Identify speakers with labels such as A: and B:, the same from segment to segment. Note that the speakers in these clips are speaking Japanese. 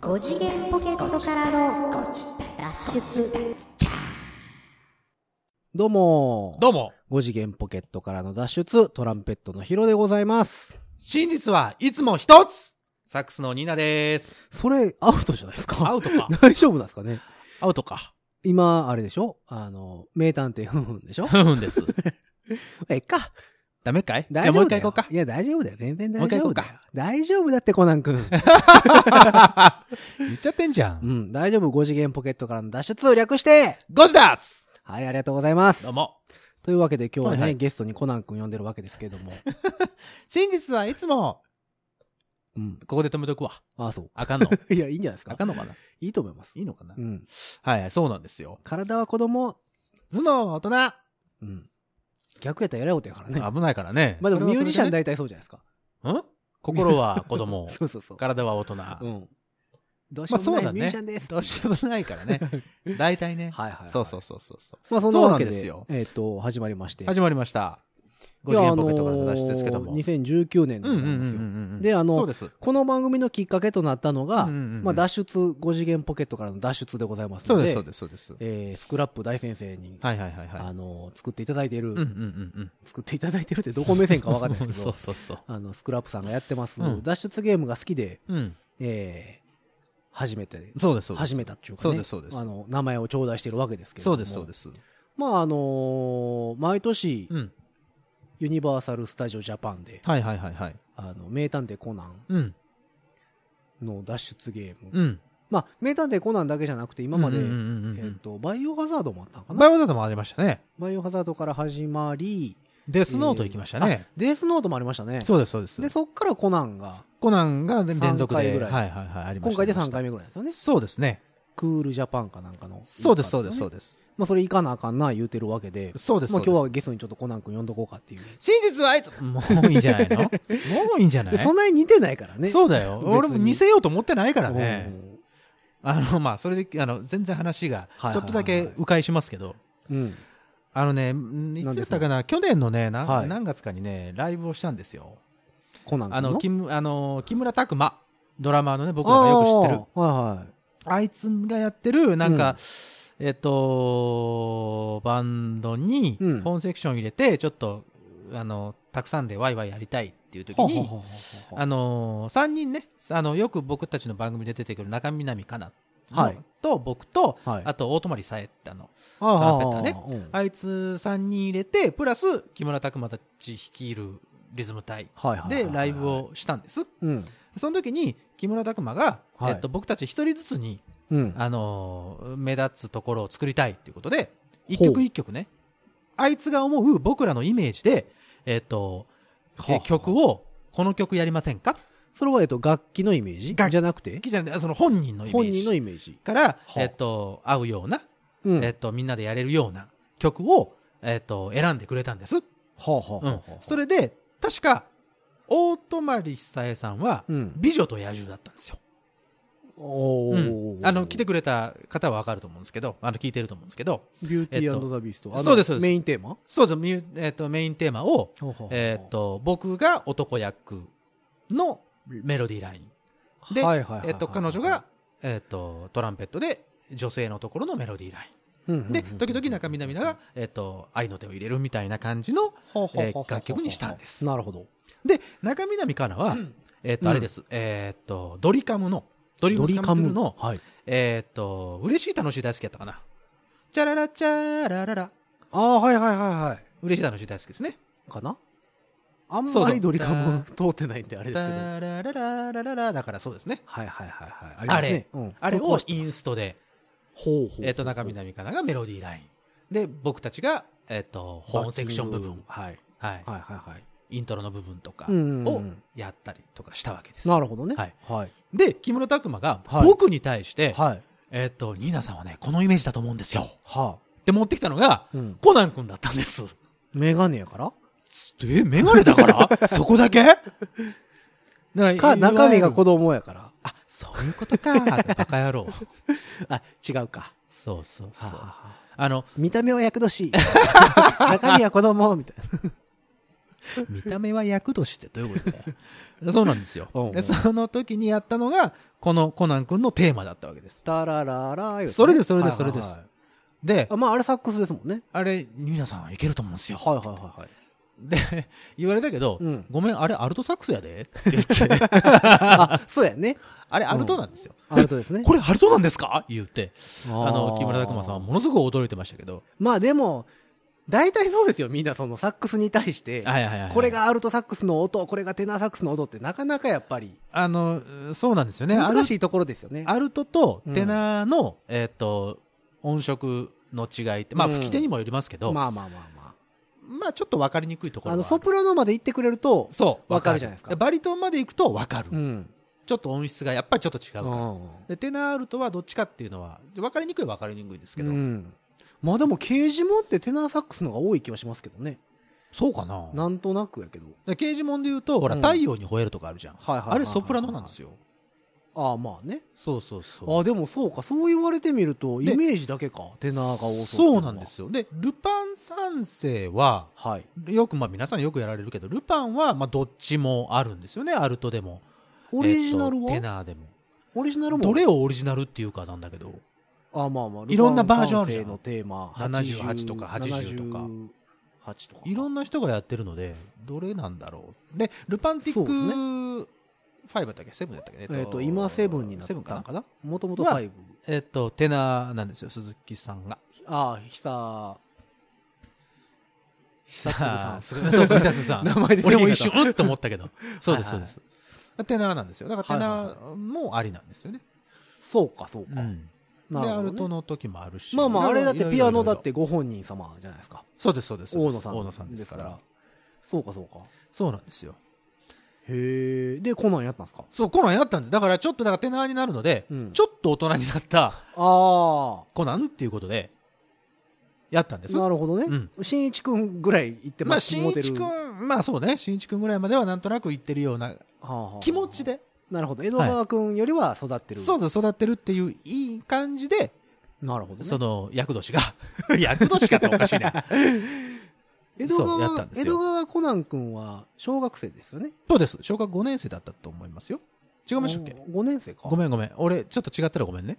A: 5次元ポケットからの脱出
B: どうも
C: どうも、
B: 5次元ポケットからの脱出、トランペットのヒロでございます。
C: 真実はいつも一つサックスのニーナです。
B: それ、アウトじゃないです
C: ア
B: か。
C: ウトか
B: 大丈夫なんですかね
C: アウトか。
B: 今、あれでしょあの、名探偵ふんふんでし ょ
C: ふんです。
B: ええか。
C: ダメかいじゃ
B: 大
C: あ
B: 丈
C: もう
B: 夫
C: 一
B: だよ
C: 回行こう
B: いや、大丈夫だよ。全然
C: も
B: 大
C: う一回
B: 丈
C: 行
B: 夫
C: こう
B: だ
C: か
B: よ。大丈夫だって、コナン 君。
C: か。言っちゃってんじゃ。
B: うんん、大丈夫。5次元ポケットからの脱出、略して
C: ゴジダーツ
B: はい、ありがとうございます。
C: どう。も。
B: というわけで今日はね、
C: はいはい
B: ゲストにコナン君呼んでるわけですけども。
C: 真実はいつも、
B: うん。
C: ここで止めとくわ。
B: あ、そ
C: あ かんの。
B: う。いや、いいんじゃないです
C: あ
B: か。
C: かんのかない
B: いと思います。
C: いいのかな
B: うん。
C: はいはい、そうなんですよ。
B: 体は子供、
C: 頭脳は大
B: うん。逆やったらやらいことやからね。
C: 人。危ないからね。
B: まあでもミュージシャン
C: だ
B: 大体そうじゃないですか。
C: ん心は子供、
B: そうそうそう。
C: 体は大人。
B: うん。どうし
C: ま
B: よ
C: あそうう
B: もな
C: だ
B: いミュージ
C: ね
B: シャンです。。
C: どうしようもないか らね。大体ね。
B: はいはいはい。
C: そうそうそうそうそう。
B: まあそんなわけ
C: そうなん
B: で
C: ですよ、
B: えっと、始まりまして。
C: 始まりました。
B: い
C: 5
B: や
C: 次元ポケットからの脱出ですけども。
B: あのー2019年で
C: うん
B: ご
C: う
B: ざ
C: ん
B: いま
C: うんう
B: すよ。
C: んうん
B: であの
C: そうです。
B: この番組のきっかけとなったのが、
C: うんうんうん
B: まあ脱出、5次元ポケットからの脱出でございます
C: そ
B: の
C: うで
B: で、
C: す、そうです、そうです。
B: えースクラップ大先生に、
C: はいはいはいはい。
B: あのー作っていただいている、
C: うんうんうん
B: 作っていただいてるってどこ目線かわかんないです
C: うん。
B: け
C: そ
B: ど
C: う、そうそう。
B: あの、スクラップさんがやってます、
C: うん
B: 脱出ゲームが好きで、
C: うん。
B: えー、始めて、
C: そうです、そうです。
B: 始めたっていうか、ね、
C: そうですそうです
B: あの、名前を頂戴しているわけですけれど
C: そ
B: も。
C: うです、そうです。
B: まあ、あのー毎年、
C: うん。
B: ユニバーサル・スタジオ・ジャパンで、
C: はいはいはいはい。
B: あの、名探偵コナン
C: うん。
B: の脱出ゲーム。
C: うん。
B: まあ、名探偵コナンだけじゃなくて、今まで、
C: うんうんうんうん
B: えっ、
C: うん。
B: と、バイオハザードもあったのかな
C: バイオハザードもありましたね。
B: バイオハザードから始まり、
C: デスノート行きましたね。
B: デスノートもありましたね。
C: そうです、そうです
B: で、。そっからコナンが、
C: コナンが連続
B: 三回
C: で、
B: ぐら
C: はいいはいはい、ありま
B: 今
C: した。
B: 回で3回目ぐらいですよね
C: 目。。そうですね。
B: クールジャパンかなんかの。
C: そうです、そうです、
B: よ
C: そ
B: ね
C: うです。
B: まあ、それ行かなあかんな言うてるわけで、
C: そうです、
B: まあ、
C: そうです
B: 今日はゲストにちょっとコナン君呼んどこうかっていう。
C: 真実はあいつもういいんじゃ ないのもういいんじゃない
B: で、そんなに似てないからね。
C: そうだよ。
B: 別に
C: 俺も似せようと思ってないか
B: だ
C: らね。あの、まあ、それで、あの、全然話が
B: はいはいはい、
C: ちょっとだけ迂回しますけど、
B: うん。
C: あのね、んい
B: 何
C: つ
B: で
C: や
B: す
C: っ
B: か
C: たかな、去年のね、な
B: はい
C: 何月かにね、ライブをしたんですよ。
B: コナン
C: あ
B: 君
C: の、木村あの木村拓真、ドラマーのね、僕ら
B: あ
C: が
B: ー
C: よく知ってる、
B: はいはい。
C: あいつがやってる、なん
B: うん
C: か、えっと、バンドに
B: うん、
C: 本セクション入れて、ちょっと、あの、たくさんでワイワイやりたいっていう時に、あ
B: あ
C: のー、3人ねあのよく僕たちの番組で出てくる中南かな、
B: はい
C: と僕と、
B: はい
C: あと大泊さえってあの
B: の
C: トランペッターね
B: ね
C: あいつ3人入れてプラス木村拓真たち率いるリズム隊
B: はいはい。
C: でライブ。をしたんです
B: うん。
C: その時に木村拓真が、
B: はい
C: えっと、僕たち1人ずつに、
B: うん。
C: あのー目立つところを作りたいっていうことで
B: う
C: 一曲一曲ねあいつが思う僕らのイメージで、えっとえ曲
B: を。
C: をこの曲やりませんか
B: それは、えっと、楽器のイメージ
C: 楽器
B: じゃなくて
C: じゃなくてその本人のイメ
B: 本
C: ージ
B: 人のイメージ。
C: から、
B: あ
C: えっと、合うような、
B: う
C: えっと、みんなでやれるような曲を、えっと、選んでくれたんです。
B: はあはあは
C: う
B: あ
C: ん
B: はあ。
C: そ、れで、確か、大泊久恵さんは、
B: うん。
C: 美女と野獣だったんですよ。
B: お
C: うん
B: ー
C: あの、来てくれた方はわかると思うんですけど、あの、聞いてると思うんですけど、
B: ビューティ
C: えっ
B: ー
C: と
B: ザ・ビースト。あの
C: そうですそうです
B: メインテーマ
C: そうですミュ、えっと、メインテーマを、えっ、と、僕が男役のメロディーライン。で
B: はいはいはいはい
C: えっと、彼女が、、えっと、トランペットで、女性のところのメロディーライン。で、時々中身涙が、えっ、と、愛の手を入れるみたいな感じの、えー楽曲にしたんです
B: なるほど。
C: で、中南かなは、えっ、
B: うん
C: と、あれです、えっ、と、ドリカムの、ドリームスカムトゥルーの、
B: はい。
C: えっ、と、嬉しい楽しい大好きやったかな。チャララチャラララ、
B: ああ、はいはいはいは
C: 嬉しい楽しい大好きですね。
B: い。かなあん
C: そう
B: ま
C: そ
B: り
C: う
B: ドリカム通ってないんであれです
C: タ
B: けど。はい
C: ラララララララだからそうですね。
B: はいはいはい。
C: あれ
B: りますねうん
C: あれ
B: こ
C: を
B: うして
C: インストで、
B: ほうほう。
C: えっ、と、中
B: バッ
C: 南かながメロディーライン。で、僕たちが、えっ、と、
B: キング
C: ホーンセクション部分、
B: はい。は
C: はい、
B: いはいはい。
C: イントロの部分とか
B: うんうんう
C: を
B: ん
C: やったりとかしたわけです。
B: なるほどね。
C: はい。
B: はい。
C: で、木村拓哉が
B: はい
C: 僕に対して、
B: はい。
C: えっと、ニーナさんはね、このイメージだと思うんですよ。
B: は
C: って持ってきたのが、
B: あ。うん。
C: コナン君だった んです。
B: メガネやから
C: つえ、メガネだから そこだけだから
B: か、中身が子
C: こ
B: 供やから。
C: あ、そういうことか。バカ野郎。
B: あ、違うか。
C: そうそう
B: は
C: そ
B: あは
C: う。
B: あはあ
C: あの、
B: 見た目は厄年。中身は子供、みたいな。
C: 見た目は役としてどういうことだ よそうなんですよ
B: うんうん
C: でその時にやったのがこのコナン君のテーマだったわけです
B: タラララーよね
C: それですそれです
B: はいはいはい
C: それでで
B: あまああれサックスですもんね
C: あれ皆さんいけると思うんですよ
B: はいはいはいはい
C: で 言われたけど、
B: うん
C: ごめんあれアルトサックスやでって言って
B: あそうやね
C: あれアルトなんですよ、
B: あるとですね
C: これアルトなんですか言って
B: あ
C: あの
B: ー
C: 木村拓哉さんはものすごく驚いてましたけど、
B: まあでも大体そうですよみんなそのサックスに対して
C: はいはいはいはい
B: これがアルトサックスの音これがテナーサックスの音ってなかなかやっぱり
C: あのそうなんですよね
B: 難しいところですよね
C: アルトとテナーの、えっと音色の違いってまあ
B: うん
C: 吹き手にもよりますけど、
B: ま
C: まあ、
B: あまあまあま
C: ちょっと分かりにくいとこ
B: あ
C: ろ
B: あ
C: は
B: のソプラノまで行ってくれると
C: そう
B: わかるじゃないですか
C: バリトンまで行くと分かる、
B: うん
C: ちょっと音質がやっぱりちょっと違うから、
B: うん
C: でテナーアルトはどっちかっていうのは分かりにくいは分かりにくいですけど、
B: うんまあでも刑事もってテナーサックスの方が多い気はしますけどね
C: そうかな
B: なんとなくやけど
C: で刑事門で言うとほら、
B: うん
C: 太陽に吠えるとかあるじゃん、
B: はいはいはいはい
C: あれソプラノなんですよ
B: ああまあね
C: そうそうそう
B: あでもそうかそう言われてみると
C: で
B: イメージだけかテナーが多そうっていの
C: そう
B: は
C: なんですよでルパン三世は
B: はい
C: よくまあ皆さんよくやられるけどルパンはまあどっちもあるんですよねアルトでも
B: オリジナル
C: えっ
B: は、
C: とテナーでも
B: オリジナルも
C: どれをオリジナルっていうかなんだけど
B: あまあまあ
C: いろんなバージョンあるじゃん
B: ルパン三世のテーマ
C: 78とか80とか
B: 8とか
C: いろんな人がやってるのでどれなんだろうでルパンティッ
B: そう
C: ク
B: ですね
C: 5だったっけ7だったっけえっ
B: えっ、と今セブンになった
C: セブ
B: の
C: ンかな
B: かなもともと
C: は
B: 5
C: えっとテナーなんですよ鈴木さんが
B: ああ久
C: 久
B: 々
C: さんそうそう久々さん
B: 名前で
C: 俺も
B: 言い
C: 一
B: 方
C: 瞬うんと思ったけど そうで
B: は
C: す
B: いう
C: そ
B: はい
C: ですテナーなんですよだからテ
B: はい
C: ナ
B: はい
C: ーもありなんですよね、
B: そうかそうか、な
C: で
B: る
C: ア
B: ほ
C: ル
B: ど
C: ト
B: ね
C: の時もあるし
B: まあまああ
C: いろ
B: れ
C: い
B: だ
C: ろ
B: って
C: い
B: ピ
C: ろ
B: ア
C: いろ
B: ノだってご本人様じゃないですか
C: そうですそうですそう
B: 大
C: です
B: 野さん
C: 大野さんですから
B: そうかそうか
C: そうなんですよ
B: へえでコナンやったんですか
C: そうコナンやったんですだからちょっとだからテナーになるので、
B: うん
C: ちょっと大人になった
B: あ
C: コナンっていうことでやったんで
B: あ
C: す
B: なるほどね、
C: うん
B: 新一くんぐらい行って
C: まあ
B: ます
C: 新一くんまあそうね新一くんぐらいまではなんとなく言ってるような気持ちで
B: なるほど江戸川くんよりは育ってる、
C: そうです育ってるっていういい感じで
B: なるほど、ね、
C: その厄年が 厄年かっておかしいね
B: 江戸
C: そうやった
B: 川
C: んですよ
B: 江戸川コナン君は小学生ですよね
C: そうです小学5年生だったと思いますよ違いましたっけ
B: 5年生か
C: ごめんごめん俺ちょっと違ったらごめんね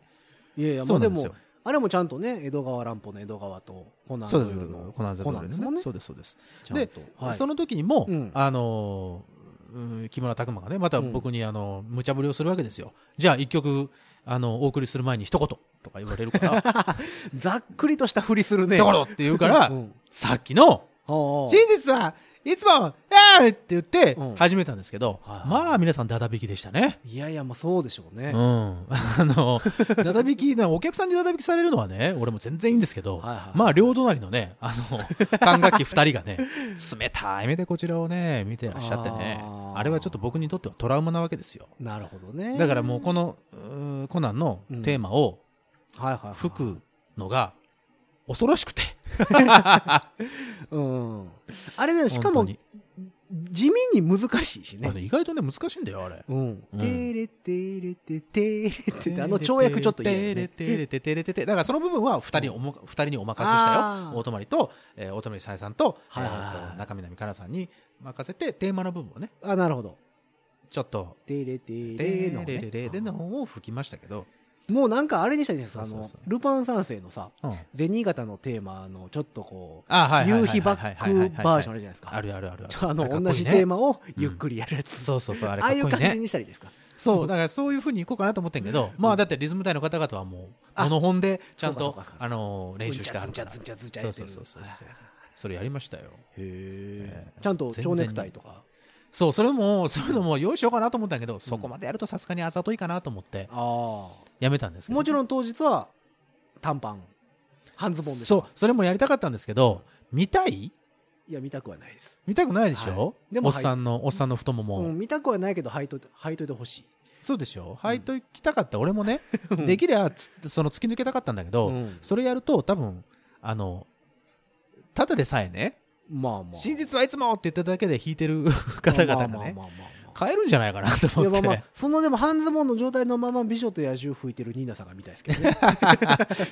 B: いやいやま
C: そ
B: あ
C: うな
B: で
C: んです
B: も
C: よ
B: あれもちゃんとね江戸川乱歩の江戸川とコナン
C: そうで
B: の
C: す
B: 夜の
C: コナンザ
B: コナンですもんね
C: そうですそうです
B: ちゃんとはい
C: その時にも、
B: うん
C: あのーうん木村拓哉がねまた
B: うん
C: 僕にあの無茶ぶりをするわけですよじゃあ一曲あのお送りする前に一言とか言われるから
B: ざっくりとしたふりするね
C: 一言って言うから、
B: うん
C: さっきの
B: ああ
C: 「真実はいつもああ!」って言って
B: うん
C: 始めたんですけど、
B: はいはい
C: まあ皆さんダダ引きでしたね。
B: いやいやまあそうでしょう
C: う
B: ね
C: ん、あ のダダ引きなお客さんにダダ引きされるのはね俺も全然いいんですけど、
B: はいはい
C: まあ両隣のねあ の管楽器2人がね冷たい目でこちらをね見てらっしゃってね
B: あ
C: あ
B: ー
C: れはちょっと僕にとってはトラウマなわけですよ
B: なるほどね
C: だからもうこのうーコナンのテーマを
B: はいはいはい
C: 吹くのが恐ろし くて
B: うんあれねしかも
C: 本当に
B: 地味に難しいし
C: あ
B: ね
C: の意外とね難しいんだよあれ
B: うん「
C: うん
B: テレテレテテレテ」ってあの跳躍ちょっと嫌
C: テ
B: や
C: レ
B: ね
C: テレテテレテテだからその部分は二人おも二人にお任せした
B: あー
C: よ大泊と、えー、大泊さえさんと,、
B: はいはいはい
C: えーと中南かなさんに任せてテーマの部分をね
B: あなるほど
C: ちょっと
B: 「テレテ
C: 「
B: レ
C: レ
B: のね」
C: レレレレ」の方を吹きましたけど、
B: もうなんかあれにしたいんですよあ
C: そう
B: の
C: そうそう
B: ルパン三世のさ
C: うん、
B: 銭形のテーマのちょっとこう
C: あはいはいはい
B: 夕
C: はい
B: 日
C: は
B: バ
C: いはい
B: ッ
C: はいはい
B: クバージョンあるじゃないです
C: あ
B: か
C: るあるある
B: ちょあ
C: あ
B: の
C: れかっこいいね
B: 同じテーマをゆっくりやるやつ
C: そうそうそうあれ
B: あ
C: かっ
B: あいう
C: こいい
B: 感じ
C: ね
B: にしたりですか
C: そうだからそういうふうにいこうかなと思ってんけどまあだってリズム隊の方々はもうモノ本でちゃん
B: そう
C: と
B: かそうかそうか
C: あのー練習してあ
B: ず
C: る
B: んち
C: か
B: ゃ
C: ら
B: ずんちゃずんちゃやってる
C: そうそうそうそう
B: はいはいはい
C: それやりましたよ
B: へ
C: え
B: えちゃんと蝶ネクタイとか
C: そうそれもそういうのも用意しようかなと思ったんやけど、そこまでやるとさすがにあざといかなと思って
B: ああ
C: やめたんですけど
B: もちろん当日は短パン半ズボンでした
C: そうそれもやりたかったんですけど見たい
B: いや見たくはないです、
C: 見たくないでしょ、
B: はいでも
C: おっさんのおっさんの太もも、
B: うん、見たくはないけど履いといて履いといてほしい、
C: そうでしょ履いときたかった、俺もね
B: うん
C: できりゃつその突き抜けたかったんだけど、
B: うん
C: それやると多分あのただでさえね
B: まあまあ
C: 「真実はいつも!」って言っただけで弾いてる方々がね
B: まあまあまあまあまあ
C: 変えるんじゃないかなと
B: い
C: 思
B: や
C: っ
B: まあ
C: て、
B: まあそのでも半ズボンの状態のまま美女と野獣吹いてるニーナさんが見たいです けどね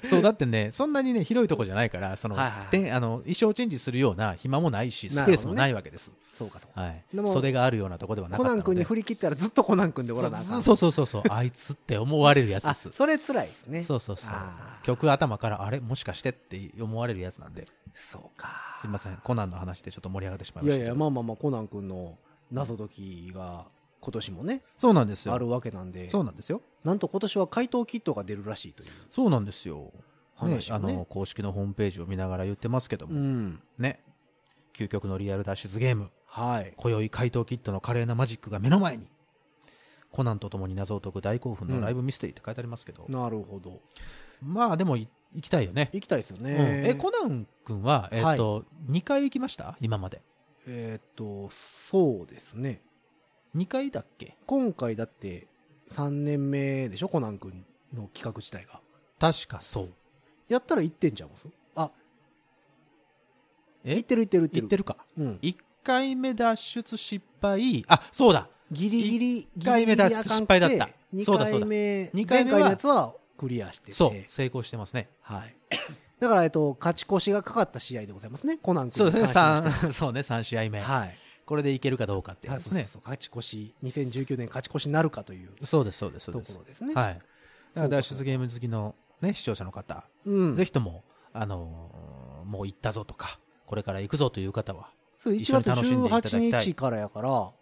C: そうだってねそんなにね広いとこじゃないからその、
B: はいはいはい
C: てんあの衣装チェンジするような暇もないしス
B: な
C: ペ
B: るほどね
C: ースもないわけです、
B: そうかそうか
C: はい
B: で、も
C: 袖があるようなとこではなか
B: コ
C: った
B: ナ
C: の
B: ン
C: で
B: 君に振り切ったらずっとコナン君でおらなあかん
C: そうそうそ うそうそうあいつって思われるやつで
B: あ
C: す
B: それ辛いですね
C: そうそうそう
B: あー
C: 曲頭からあれもしかしてって思われるやつなんで
B: そうか
C: すいませんコナンの話でちょっと盛り上がってしまい
B: い
C: ま
B: や
C: した
B: い
C: けど
B: やまあまあまあコナン君の謎解きが今年もね
C: そうなんですよ
B: あるわけなんで
C: そうなんですよ
B: なんと今年は怪盗キットが出るらしいという
C: そうなんですよ、ね
B: 話
C: あ
B: をね
C: の公式のホームページを見ながら言ってますけど
B: う
C: も、
B: ん
C: ね究極のリアル脱出ゲーム
B: はい
C: 今宵怪盗キットの華麗なマジックが目の前にコナンと共に謎を解く大興奮のライブミステリーって書いてありますけど、
B: なるほど
C: まあでもい行きたいよね、
B: 行きたいですよね、
C: うんえコナン君は、えっと2回行きました今まで
B: えーっとそうですね
C: 2回だっけ
B: 今回だって3年目でしょコナン君の企画自体が
C: 確かそう
B: やったら行ってんじゃんあ
C: え
B: 行ってる行ってる行って
C: 行
B: る
C: ってるか
B: うん、
C: 1回目脱出失敗あそうだ
B: ギリギリ
C: 一回目脱出失敗だったそうだそう
B: 2回
C: だ
B: 目
C: 二回目は
B: 前回のやつはクリアしてて
C: そう成功してますね
B: はい。だから、えっと、勝ち越しがかかった試合でございますね、コナン君
C: そう
B: に
C: です
B: 関し
C: ね
B: ましては。
C: 三そうね3試合目、
B: はい。
C: これでいけるかどうかってやつです
B: そう
C: ね
B: そうそう勝ち越し、2019年勝ち越しなるかという
C: そうですそうですそ
B: と
C: う
B: こ
C: です
B: ろですね。
C: はいだから脱
B: そうかそうか
C: 出ゲーム好きの、ね、視聴者の方、
B: うん。
C: ぜ
B: ぜひ、
C: ひとも、あのーもう行ったぞとかこれから行くぞという方は
B: 1
C: 一緒に
B: 月
C: 楽しんでいただきたい
B: 18日からやから、こ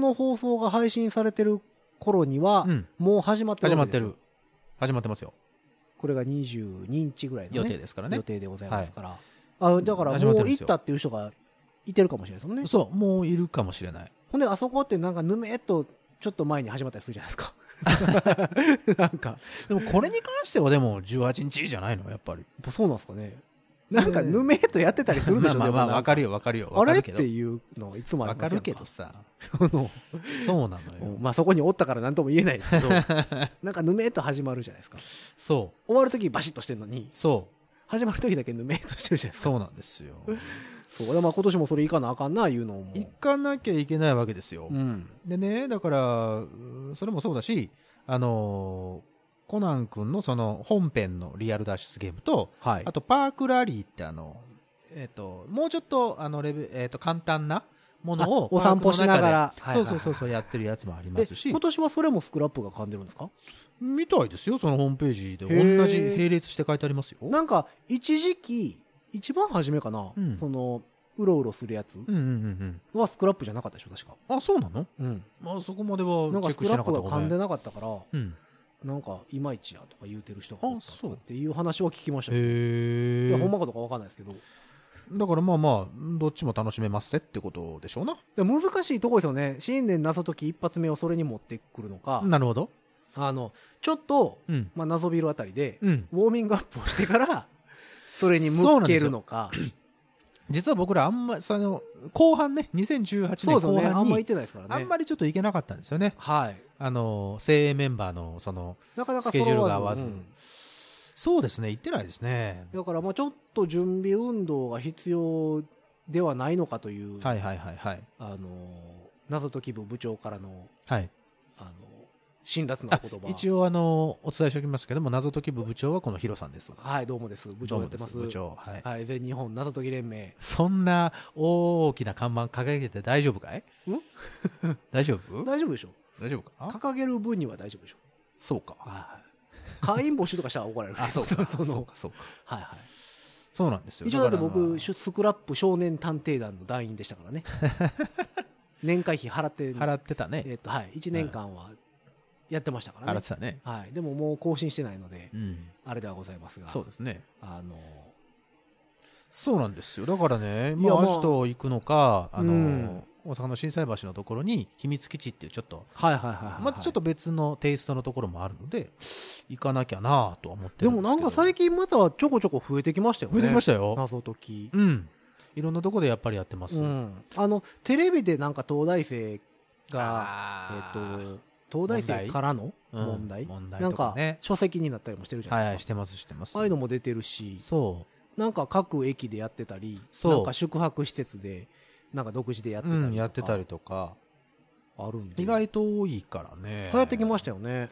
B: の放送が配信されてる頃には、
C: うん
B: もう始まってる
C: 始ま
B: わ
C: っ
B: けで
C: て
B: すよ
C: る。始まってますよ
B: これが22日ぐらいの、ね、
C: 予定ですからね
B: 予定でございますから。あだから、
C: 始まって
B: もう
C: るんです
B: 行
C: よ
B: ったっていう人がいてるかもしれないですもんね。
C: そうもういるかもしれない
B: ほんで、あそこってなんか、ぬめっと、ちょっと前に始まったりするじゃないですか。 なんか、
C: でもこれに関してはでも18日じゃないのやっぱり
B: やっぱそうなんですかね。なんか、ぬめーっとやってたりするで
C: ま
B: し
C: あ
B: ょ、
C: まあまあわかる
B: よ。
C: よわかるよわ
B: あ
C: か
B: れっ
C: るけ
B: て
C: ど
B: いうの、いつもあ
C: わ
B: りま
C: か
B: せん
C: るけどさ
B: あの
C: そうなのよ
B: まあ、そこにおったから何とも言えないですけど、 なんか、ぬめーっと始まるじゃないですか。
C: そう
B: 終わるときバシッとしてるのに、
C: そ
B: 始まるときだけぬめーっとしてるじゃないうですか。
C: そうなんですよ
B: そう。だからまあ、今年もそれいかなあかんな、いうのも。
C: 行かなきゃいけないわけですよ、
B: うん。
C: でねだからうーそれもそうだしあのーコナン君のその本編のリアル脱出ゲームと
B: はい
C: あ。とパークラリーってあのえっ、ともうちょっとあのレベ、えっと簡単なものを
B: あお散歩しながら
C: パー
B: はいはいはい
C: クの中でそうそうそうそうやってるやつもありま
B: え
C: すし
B: 今年はそれもスクラップが噛んでるんですか
C: みたいですよそのホームページで
B: へー
C: 同じ並列して書いてありますよ
B: なんか、一時期、一番初めかな、
C: うん
B: その、うろうろするやつ
C: うんうんうん
B: はスクラップじゃなかったでしょ、確か。
C: うんあそうなの
B: うん。
C: あそこまで
B: な
C: は
B: ん
C: チェ
B: かス
C: ック
B: ク
C: し
B: ラッ
C: てな
B: プ
C: かった
B: が噛
C: かも
B: ん
C: ね
B: でなかったから、
C: うん
B: なんか、いまいちやとか言うてる人がおった
C: あ
B: と
C: そ
B: か
C: う
B: っていう話は聞きましたけど、
C: へ
B: い
C: え
B: やほんまかどうかわかんないですけど、で
C: だからまあまあどっちも楽しめますぜってことでしょうな
B: も難しいとこですよね。新年謎解き一発目をそれに持ってくるのか、
C: なるほど
B: あの、ちょっと、
C: うん
B: まあ、謎ビルあたりで、
C: うん
B: ウォーミングアップをしてから、 それに
C: そう
B: 向
C: なん
B: け
C: ですよ
B: るのか、
C: 実は僕らあんまその後半ね2018年
B: そうですよ
C: 後
B: ね。あ
C: 半
B: んま
C: に
B: 行ってないですからね。
C: あんまりちょっといけなかったんですよね
B: はい。
C: あの精鋭メンバーのその
B: なかなか
C: スケジュールが合わず
B: 揃うん
C: そうですね行ってないですね
B: だからまあちょっと準備運動が必要ではないのかという、
C: はいはいはいはい
B: あのー謎解き部部長からの、
C: はい
B: あのー辛辣な
C: あ
B: お言葉
C: 一応あのお伝えしておきますけども謎解き部部長はこのヒロさんです
B: はいどうもです部長やってます
C: どうもです部長はい
B: はい、全日本謎解き連盟
C: そんな大きな看板掲げて大丈夫かい
B: ん
C: 大丈夫
B: 大丈夫でしょ
C: 大丈夫か
B: 掲げる分には大丈夫でしょ
C: そうか
B: はい会員募集とかしたら怒られる
C: あ そ う
B: そ
C: か
B: の
C: そうかそうか
B: はいはい
C: そうなんですよ
B: 一応だって
C: からまあ
B: 僕スクラップ少年探偵団の団員でした からね年会費払って
C: 払ってた
B: え
C: ね
B: っとはい1年間はやってましたからね
C: 払ってたね
B: はい、でももう更新してないので、
C: うん
B: あれではございますが、
C: そうですね
B: あの
C: そうなんですよだからね、
B: いや
C: まあ、
B: まあ
C: アジト行くのかあの、
B: うん
C: 大阪の心斎橋のところに秘密基地っていうちょっと
B: はいはいはい、はい、
C: またちょっと別のテイストのところもあるので行かなきゃなぁとは思っ
B: で
C: てるんで
B: も
C: すけど
B: なんか最近またちょこちょこ増えてきましたよね
C: 増えてきま
B: し
C: したよ、
B: 謎解き、
C: うん、いろんなとこでやっぱりやってます、
B: うんあのテレビでなんか東大生がえっ、
C: あー
B: と東大生からの
C: 問
B: 問
C: 題
B: 題,、
C: うん問題
B: な
C: と
B: ん
C: か
B: か
C: ね
B: 書籍になったりもしてるじゃ
C: はい
B: な
C: はいい
B: で
C: し
B: すか、
C: てますしてます
B: ああいうのも出てるし
C: そ
B: なんか各駅でやってたり
C: そう
B: なんか宿泊施設でなんか独自でやっ
C: う、
B: てたり
C: う
B: とか、
C: ん、やってたりとか
B: あるんで。
C: 意外と多いからね。
B: 流行ってきましたよね。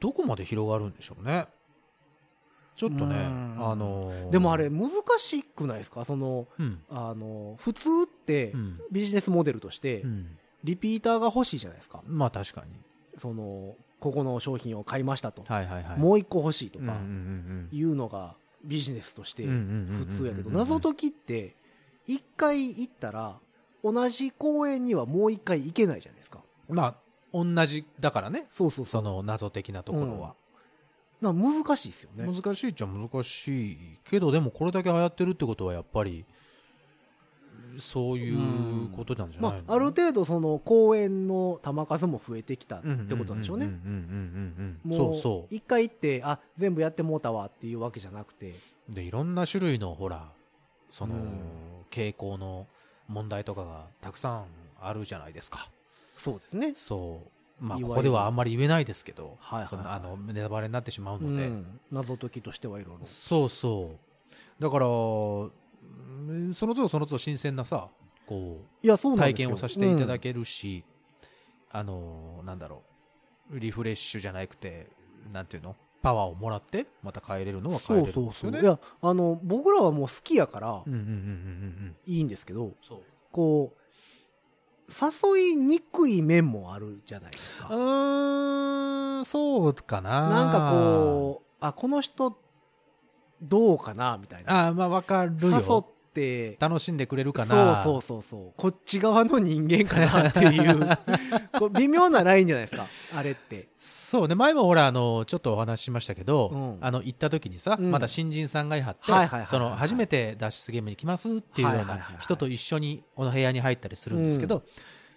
C: どこまで広がるんでしょうね。ちょっとね
B: う、ん
C: あのー
B: でもあれ、難しくないですかその、
C: うん。
B: あの、普通って
C: う、ん。
B: ビジネスモデルとして
C: う、ん。
B: リピーターが欲しいじゃないですか。
C: まあ確かに。
B: その、ここの商品を買いましたと。
C: はいはいはい。
B: もう一個欲しいと
C: うんうん
B: か、
C: うんうん
B: いうのがビジネスとして
C: うんうんうんうんう
B: 普
C: ん
B: 通やけど、謎解きって、一回行ったら、同じ公園にはもう一回行けないじゃないですか。
C: まあ、同じだからね。
B: そうそうそう。
C: その謎的なところは。
B: な難しいですよね。
C: 難しいっちゃ難しいけどでもこれだけ流行ってるってことはやっぱりそういうことなんじゃないの
B: ま、あ、ある程度その公園の球数も増えてきたっ
C: うん
B: てことなんでしょうね。
C: んうんうんうんうん
B: もう
C: そうそ
B: 一回行って、あ、全部やってもうたわっていうわけじゃなくて、
C: うでいろんな種類のほらその
B: うん
C: 傾向の問題とかがたくさんあるじゃないですか
B: そうですね。
C: そうまあ
B: いわゆ
C: こ
B: る
C: こではあんまり言えないですけど
B: はいはいはい
C: そのあのネタバレになってしまう
B: う
C: ので、
B: ん謎解きとしてはいろいろ。
C: そうそうだからうんその都度その都度新鮮なさこう
B: いや、そうなん
C: 体
B: ですよ
C: 験をさせていただけるし、あのなんだろうリフレッシュじゃなくてなんていうのパワーをもらってまた帰れるのは帰れるんです
B: そう
C: よね
B: そうそう。いや、あの、僕らはもう好きやから
C: うんうんうんうんうん
B: いいんですけど、
C: そう
B: こう、誘いにくい面もあるじゃないですか。
C: うーんそうかな
B: なんかこう、あ、この人、どうかなみたいな。
C: あーまあわかる
B: 誘っ
C: よ
B: て、
C: 楽しんでくれるかな
B: そうそうそうそう。こっち側の人間かなって いう、こう微妙なラインじゃないですか。あれって。
C: そうね前もほらあのちょっとお話ししましたけど、
B: うん
C: あの行った時にさ、
B: うん
C: まだ新人さんがいはって、
B: はいはいはいはい
C: その初めて脱出ゲームに来ますっていうよう
B: はいはいはい
C: な
B: はい
C: 人と一緒にこの部屋に入ったりするんですけど、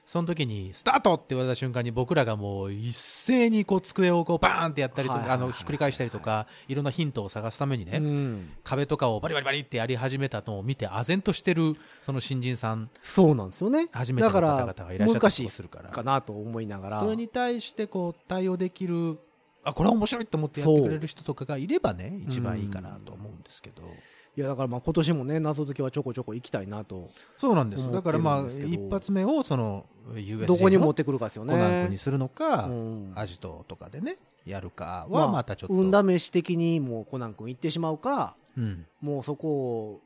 C: その時に「スタート!」って言われた瞬間に僕らがもう一斉にこう机をこうバーンってやったりと
B: はい
C: か
B: は
C: あ
B: いはいはい
C: のひっくり返したりとかいろんなヒントを探すためにね、
B: うん
C: 壁とかをバリバリバリってやり始めたのを見て唖然としてるその新人さん
B: そうなんですよね。
C: 初めての方々がいらっしゃったりと
B: 難
C: か
B: しい
C: するから
B: かなと思いながら。
C: それに対してこう対応できるあこれは面白いと思ってやってくれる人とかがいればね一番いいかなと思うんですけど、
B: いや、だからまあ今年もね、謎解きはちょこちょこ行きたいなと。
C: そうなんで
B: 思
C: す
B: ってる
C: だ
B: ん
C: からまあ
B: ですけど
C: 一発目をその USJ
B: どこに
C: の
B: 持ってくるかですよね。
C: コナン君にするのか、
B: うん
C: アジトとかでねやるかはまたちょっと、
B: 運試し的にもうコナン君行ってしまうか、
C: うん
B: もうそこを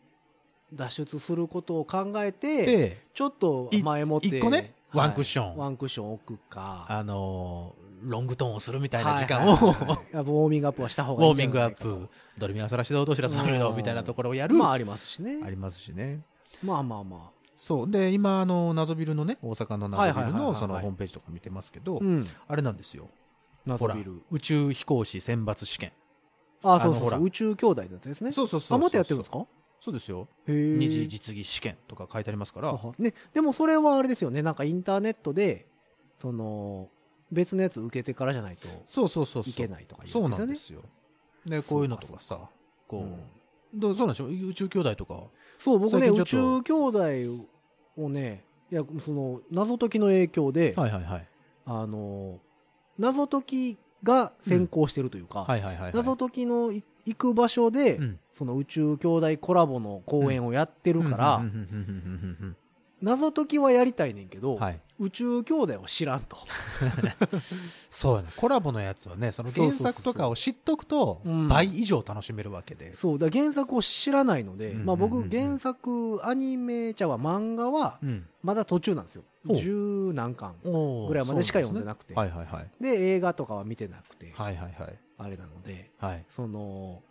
B: 脱出することを考えて、
C: で
B: ちょっと前もって。
C: い一個ね
B: はい
C: ワンクッション
B: ワンクッション置くか。
C: あのーロングトーンをするみたいな
B: はい
C: 時
B: はい
C: 間
B: はい
C: を、
B: やっぱウォーミングアップはした方
C: ウ
B: がいい
C: ォ
B: ん
C: ー
B: じ
C: ミ
B: ゃ
C: ング
B: な
C: ア
B: い
C: ッ
B: かと
C: プドルミアソラシドドシラスマルドみたいなところをやる、
B: まあありますし
C: あ
B: ね。
C: りますしね
B: まあまあま
C: そうで今あの謎ビルのね大阪の謎ビ
B: はいは
C: ル
B: いはいはいは
C: の
B: い
C: そのホームページとか見てますけ
B: あ。
C: ど
B: うん。
C: あれなんですよほ
B: 謎
C: ら
B: ビル。
C: 宇宙飛行士選抜試験
B: あ、
C: あ
B: そ
C: の
B: うそう
C: ほら
B: そう。宇宙兄弟のやつですね。
C: そうそうそう
B: あ、またやってるんですか
C: そうですよ
B: へえ。
C: 二次実技試験とか書いてありますから
B: ははね、でもそれはあれですよね。なんかインターネットで、その、別のやつ受けてからじゃないと
C: そうそうそうそう
B: いけないとかいう
C: そう
B: やつ
C: なんで
B: です
C: よでこういうのとかさ
B: よね。
C: こうどうそうなんでしょう宇宙兄弟とか
B: そう、僕ね、
C: 最
B: 宇
C: 近ちょ
B: 宙兄弟をね、いや、その、謎解きの影響で、
C: はいはいはい
B: あの、謎解きが先行してるというか、
C: はいはいはいはい
B: 謎解きのい行く場所で、
C: うん
B: その宇宙兄弟コラボの公演をやってるから、
C: うんうんうんうんうん
B: 謎解きはやりたいねんけ
C: う
B: ど、
C: んはい
B: 宇宙兄弟を知らんと。
C: そうやねコラボのやつはねその原作とかを知っとくと
B: うん
C: 倍以上楽しめるわけで
B: そうだから原作を知らないので、
C: うんうんうんうん
B: まあ、僕原作アニメちゃうわ漫画は
C: うん
B: まだ途中なんですよ
C: お
B: 十何巻
C: おー
B: ぐらいまでしか読んでなくて
C: そうなんですねはいはいはい
B: で映画とかは見てなくて、
C: はいはいはい
B: あれなので
C: はい。
B: その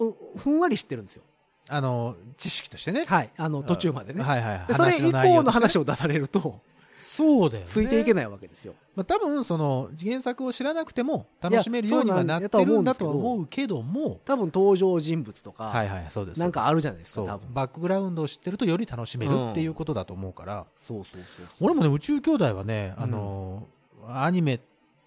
B: うふんわり知ってるんですよ
C: あの、知識としてね。
B: はいあの途中までね、
C: はいはいはい。
B: でそれ以
C: 内
B: 降
C: 容
B: の
C: としてね
B: 話を出される と
C: そうだよ、ね。
B: ついていけ
C: ない。
B: ないわけですよ、
C: まあ、多分、その、原作を知らなくても楽しめるようにはなって
B: いやそう
C: る
B: なんん
C: だ
B: や
C: と
B: と
C: は
B: は思
C: 思うけども、
B: 多分登場人物とか、
C: はいはい、そうです。
B: なんかあるじゃないです
C: そ
B: か
C: うで
B: 多
C: す。そ
B: 分
C: う。バックグラウンドを知ってるとより楽しめるっていうことだと思うから、
B: そうそうそう
C: 俺もね、宇宙兄弟はね、あの、アニメ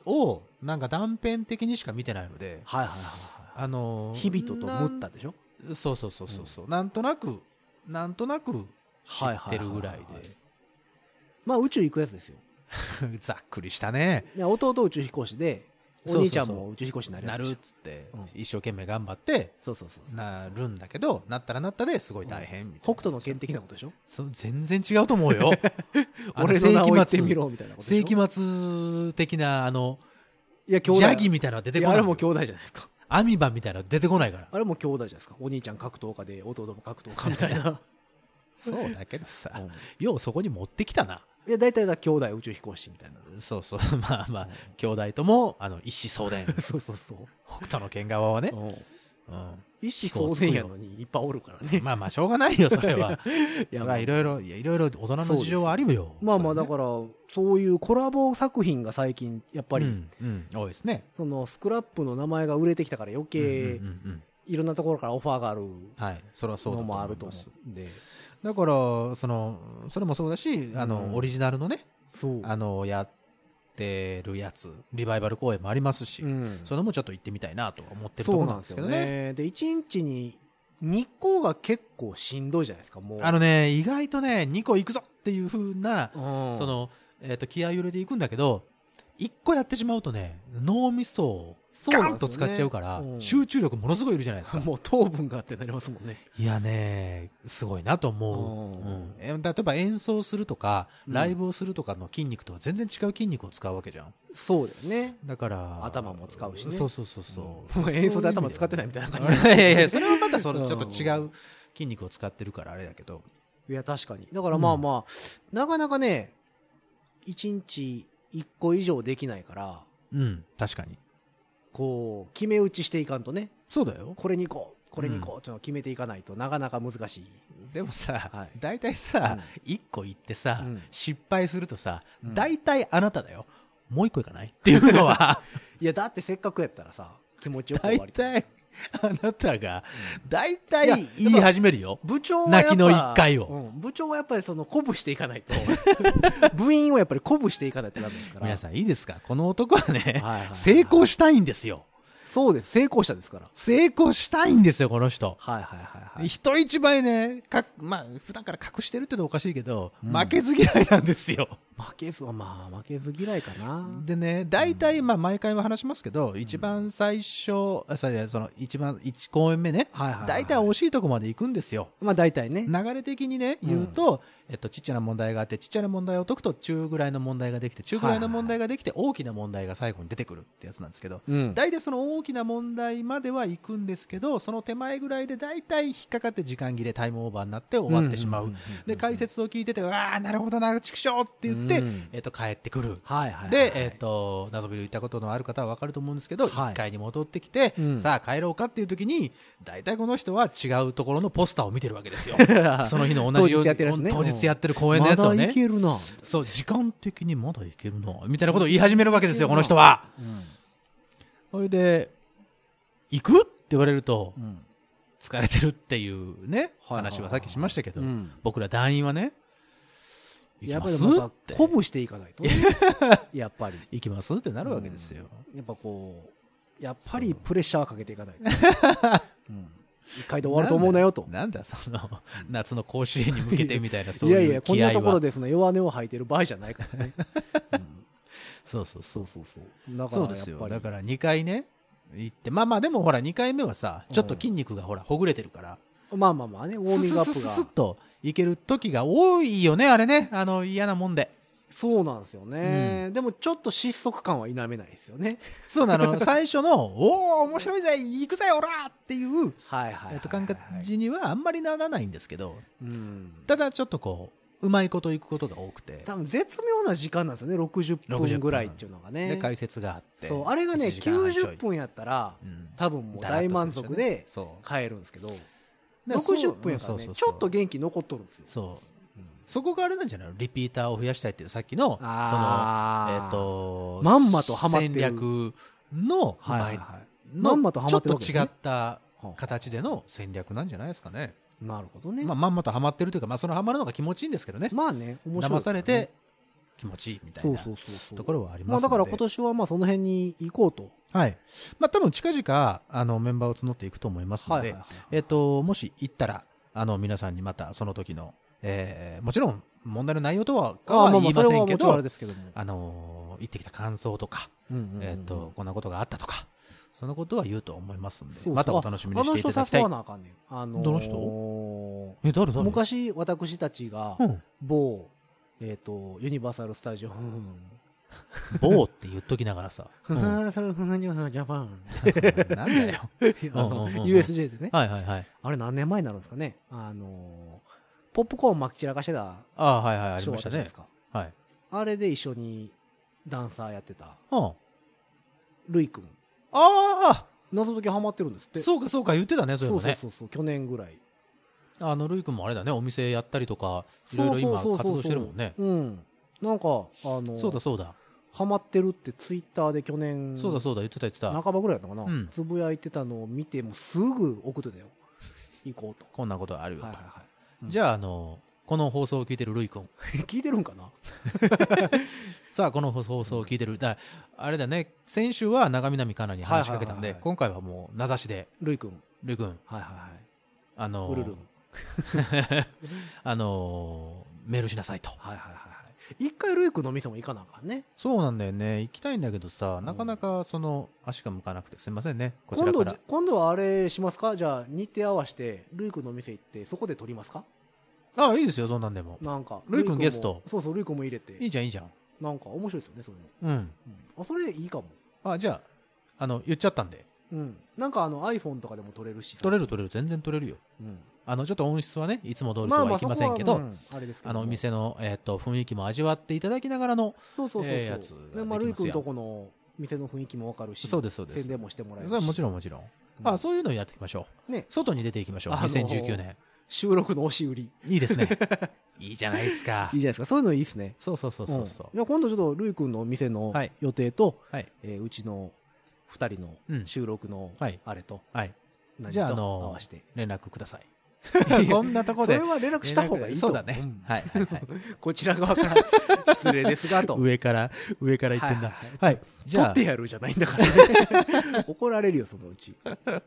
C: を、なんか断片的にしか見てないので、
B: はいはいはいは
C: あの、
B: い日々ととムッタでしょ
C: そうそうそうそうそう、なんとなくなんとなく知ってるぐらい
B: はいはいはいまあ宇宙行くやつですよ
C: でざっくりしたね
B: で弟宇宙飛行士でお兄ちゃんも宇宙飛行士になるや
C: な
B: つで
C: る
B: し
C: っ
B: ょ
C: つって
B: うん、
C: 一生懸命頑張って、
B: そうそうそうそう
C: なるんだけど、なったらなったですごい大変みたいな。
B: 北斗の剣的なことでしょ
C: そう全然違うと思 うよ。あの
B: 俺の名を言って
C: 世紀末
B: みろみたいなことでし
C: 世
B: ょ
C: 紀末的な、あの、
B: いや
C: ジ
B: 兄弟
C: ャギみたいなの出て
B: い
C: こ
B: や
C: な
B: あ
C: い。
B: れも兄弟じゃないですか
C: アミバみたいなの出てこないから。
B: あれも兄弟じゃないですかお兄ちゃん格闘家で弟も格闘家みたいな
C: そうだけどさ
B: うん、
C: ようそこに持ってきたな。
B: いや大体だ兄弟宇宙飛行士みたいな
C: そう そう。まあまあ、兄弟とも、あの、一子相 伝。
B: そうそうそう
C: 北斗の剣側はね。
B: うん
C: うん。
B: 一子相伝やのにいっぱいおるからね
C: まあまあ、しょうがないよ、それは。
B: いや
C: それ はいろいろ、いや、いろいろ大人の事情はあるよ。
B: まあまあ
C: それ
B: だ
C: はね
B: からそういうコラボ作品が最近やっぱり、
C: うん、うん多いですね。
B: そのスクラップの名前が売れてきたから余計
C: うんうんうんうん
B: いろんなところからオファーがある
C: はい。それはそう
B: の
C: だと思
B: もあ
C: い
B: ると
C: ま
B: 思
C: す。
B: うんで
C: だから、その、それもそうだし、あ
B: うん
C: の、オリジナルのね、
B: そう
C: あの、やってるやつ、リバイバル公演もありますし、
B: うん
C: それもちょっと行ってみたいなとは思ってるとこ
B: そう
C: ろ
B: な
C: なんん
B: で
C: ですすけ
B: よ
C: どね。
B: ねで1日に2個が結構しんどいじゃないですかもう
C: あのね、意外とね、2個行くぞっていうふうな、
B: うん
C: その、えっと、気合い揺れていくんだけど、1個やってしまうとね、脳みそを
B: そう
C: ガ
B: なん
C: ン
B: ですよ
C: と
B: ね
C: 使っちゃうから、
B: うん
C: 集中力ものすごいいるじゃないですか。
B: もう糖分があってなりますもんね
C: いやね、すごいなと思う。
B: う
C: うんんえ例えば演奏するとか、
B: うん
C: ライブをするとかの筋肉とは全然違う筋肉を使うわけじゃん。
B: そうだよね
C: だから。
B: 頭も使うしね
C: そうそうそうそう。
B: もう演奏で頭使ってないみたいな感じ
C: そういう意味ではいやいや、それはまたそ
B: うん
C: のちょっと違う筋肉を使ってるからあれだけど。
B: いや確かにだからまあまあ、なかなかね1日1個以上できないから
C: うん、確かに。
B: こう決め打ちしていかんとね
C: そうだよ。
B: これに行こうこれに行こうっていうのを決めていかないとなかなか難しい、
C: でもさ、
B: はい
C: 大体さ、一個行ってさ、
B: うん
C: 失敗するとさ、
B: うん
C: 大体あなただよ。もう一個行かないっていうのは、
B: いやだってせっかくやったらさ気持ちよく終
C: 大
B: わりたい
C: 体、あなたが、大
B: いや
C: 体言い始めるよ。
B: 部長はやっぱ
C: 泣きの一回を
B: うん部長はやっぱりその鼓舞していかないと 部員をやっぱり鼓舞していかないとダメですから
C: 皆さんいいですかこの男はね、
B: はいはいはい
C: 成功したいんですよ。
B: そうです成功者ですから
C: 成功したいんですよ、この人。
B: はいはいはいはい
C: 人一倍ね、かまあ、普段から隠してるってのはおかしいけど、
B: うん
C: 負けず嫌いなんですよ。
B: 負けずまあ負けず嫌いかな
C: でね、大体、まあ、毎回は話しますけど、一番最初、あそれその、一番、一公演目ね、
B: はいはいはい
C: 大体惜しいとこまで行くんですよ。
B: まあ大体ね
C: 流れ的にね、言うと、えっと、ちっちゃな問題があって、ちっちゃな問題を解くと、中ぐらいの問題ができて、中ぐらいの問題ができて、大きな問題が最後に出てくるってやつなんですけど、
B: うん
C: 大体その大きな問題までは行くんですけど、その手前ぐらいで大体引っかかって時間切れ、タイムオーバーになって終わってしま
B: うんう
C: うん
B: うんうんうん。
C: で、解説を聞いてて、うわあ、なるほどな、畜生って言って、
B: うん
C: えっと、帰ってくる。
B: はいはいはい
C: で、えっ、と、謎ビル行ったことのある方はわかると思うんですけど、
B: はい
C: 1階に戻ってきて、
B: うん
C: さあ帰ろうかっていう時に、大体この人は違うところのポスターを見てるわ けですよ。その日の同じよう
B: 当日やってるやつね
C: 当日やってる公演のやつを
B: ま
C: ね
B: だい。けるな、
C: そう、時間的にまだいけるな、みたいなことを言い始めるわけですよ、この人は。それで、行くって言われると、疲れてるっていうね、
B: はいはいはい
C: 話はさっきしましたけど、
B: うん
C: 僕ら団員はね、行
B: や
C: き
B: っぱ
C: ま
B: り
C: す
B: なんか
C: って、
B: 鼓舞していかない とねやっぱり
C: 行きますってなるわけですよ。
B: やっぱこうやっぱりプレッシャーはかけていかないと、うん一回で終わると思うなよと
C: なんだ、その、 夏の甲子園に向けてみたいな、そう
B: いやい
C: いう
B: やこん
C: 気
B: な
C: 合は。
B: ところでその弱音を吐いてる場合じゃないからね、うん
C: そうそうそう。
B: そうそうだから
C: そ
B: やっぱ
C: うで
B: り
C: すよ。だから2回ね、行って、まあまあ、でもほら、2回目はさ、ちょっと筋肉がほら、ほぐれてるから、
B: まあまあまあねウォー
C: ス
B: ミン
C: ス
B: グアッ
C: ス
B: プ
C: ススッ
B: が
C: といける時が多いよね、あれね。あの、嫌なもんで。
B: そうなんですよね、でもちょっと失速感は否めないですよね
C: そう なの、最初の、おお面白いぜ行くぜオラっていう、
B: はいはいはいはい
C: えっと、感じにはあんまりならないんですけど、
B: うん
C: ただちょっとこう、うまいこといくことが多くて、
B: 多分絶妙な時間なんですよね60
C: 60
B: 分
C: 分
B: ぐらいっていうのがね
C: で、解説があって。
B: そうあれがね
C: 1時間半ちょい
B: 90、分やったら
C: うん
B: 多分もう大満足で
C: そう
B: 帰るんですけど
C: だから
B: 60分やからね
C: そうそう
B: ち
C: そう
B: ょっと元気残っとるんですよ
C: そう
B: うん
C: そこがあれなんじゃないのリピーターを増やしたいっていうさっきのその
B: あー
C: えっ、と
B: まんまとハマってる
C: 戦略の
B: はいはい
C: まあ
B: は
C: の
B: まんまとハマってるわけです
C: ちょ
B: ね
C: っと違った形での戦略なんじゃないですかね、
B: いなるほどね
C: まあ、まんまとハマってるというか、まあ、そのハマるのが気持ちいいんですけどね、
B: まあね面白い
C: 騙されて気持ちいいみたい
B: そう
C: な
B: そうそうそう
C: ところはあり
B: ま
C: ま
B: あ
C: すの
B: だ
C: で、
B: から今年はまあその辺に行こうと
C: はいまあ、多分近々あのメンバーを募っていくと思いますので、えっ、と、もし行ったら、あの、皆さんにまたその時の、えーもちろん問題の内容とは、
B: あ
C: は
B: あまあ
C: 言
B: まあ
C: い
B: そ
C: ま
B: れ
C: せ
B: は
C: ん
B: も
C: け
B: ちろんあ
C: ど
B: れで、すけども
C: あのー行ってきた感想とか、えっと、こんなことがあったとか、そんなことは言うと思いますんで
B: そう、そう
C: またお楽しみ
B: あ
C: にし
B: の
C: てい
B: 人
C: ただきた
B: 誘
C: い
B: わ。なあかんねん。あのー
C: どのえ、誰誰
B: 昔、私たちが
C: う、ん。
B: 某、えっ、と、ユニバーサル・スタジオ、
C: 某って言っときなが らさ。う
B: ユ
C: ん
B: ニ
C: なん
B: バーサル・スタジオ、ジャパン。
C: だよ。
B: あの
C: うんうんうん
B: USJ でね。
C: はいはいはい。
B: あれ何年前になるんですかね。あのー、ポップコーンまき散らかしてた
C: ああ、はいはい、あり
B: ショーあ
C: ま
B: っ
C: したた
B: じゃない
C: ね
B: です。か。
C: はい。
B: あれで一緒にダンサーやってた、
C: うん。あ
B: ルイ君。
C: あ
B: 謎解きハマってるんですって。
C: ーそうかそうか、言ってたね、そうい
B: そうう
C: の
B: そう
C: ね。
B: そうそう、去年ぐらい。
C: あの、ルイ君もあれだね、お店やったりとか、いろいろ今
B: そうそうそう
C: 活
B: そう
C: 動してるもんね。
B: うん。なんか、あの
C: そうだそうだ。
B: ハマってるってツイッターで去年
C: そうだそうだ、言ってた言ってた。
B: 半ばぐらいだったかな、
C: うん
B: つぶやいてたのを見てもうすぐ送ってたよ行こう
C: こんなことあるよ
B: と、はいは
C: と。
B: うん
C: じゃあ、あの、この放送を聞いてるルイ 君。
B: いはい、聞いてるんかな
C: さあ、この放送を聞いてる。だあれだね、先週は長南かなに話しかけたん
B: はいはいはい
C: で
B: は、い
C: 今回はもう名指しで、
B: るいくん
C: ルイ君、
B: はいはい
C: あ
B: はいうるるん
C: の、あの、メールしなさいと。
B: はいはいはいはい一回るいくんの店も行かなあかんね
C: そうなんだよね。行きたいんだけどさ、なかなかその、足が向かなくて、すいませんね。こち
B: 今
C: ら
B: 度
C: か
B: じ
C: ら。
B: 今度はあれしますかじゃあ日程合わせてるいくんの店行ってそこで撮りますか
C: ああ、いいですよ、そんなんでも。
B: なんか
C: るいくん
B: も
C: ゲスト
B: そうそうるいくんも入れて
C: いいじゃん、いいじゃん。
B: なんか面白いですよねそういうの、
C: うん。
B: うんあそれいいかも
C: あ、じゃあ、あの、言っちゃったんで。
B: うんなんかあの iPhone とかでも撮れるし
C: 取れる
B: と、
C: 取れる、全然取れるよ。
B: うん
C: あの、ちょっと音質はね、いつも通りとはいきませんけ
B: そ
C: ど
B: こ、はうんあれですけど
C: あの、お
B: も
C: 店の、えっと、雰囲気も味わっていただきながらの、
B: そうそうそうそう、
C: ええやつができます
B: で
C: やん
B: まあ、ルイ君とこの店の雰囲気もわかるし
C: そうですそうです
B: 宣伝もしてもらえるし
C: それはもちろんもちろん。あ、そういうのをやっていきましょう。
B: ね
C: 外に出ていきましょう。
B: あのー
C: 2019年。
B: 収録の押し売りいい
C: いいで すね。いいじゃないですか
B: じゃ。ないですかそういうのいいですね
C: そうそうそうそうそう
B: うん、じゃあ今度ちょっとルイ君のお店の
C: はい
B: 予定と、
C: はい。
B: えーうちの二人の
C: うん
B: 収録の
C: はい
B: あれと
C: はい。
B: 何
C: じ
B: と
C: ゃあ、あ
B: 合
C: の
B: わせて、。
C: 連絡ください こんなとこ
B: そ
C: で
B: れ。は連絡した方がいいと
C: そうだね
B: ん。
C: はいはいはい。
B: こちら側 から失礼ですがと
C: 上から、上から言ってんだ。
B: はいはい
C: はい。じ
B: 取
C: ゃ
B: っ
C: あ
B: て、やるじゃないんだから、 ね、怒られるよそのうちまあ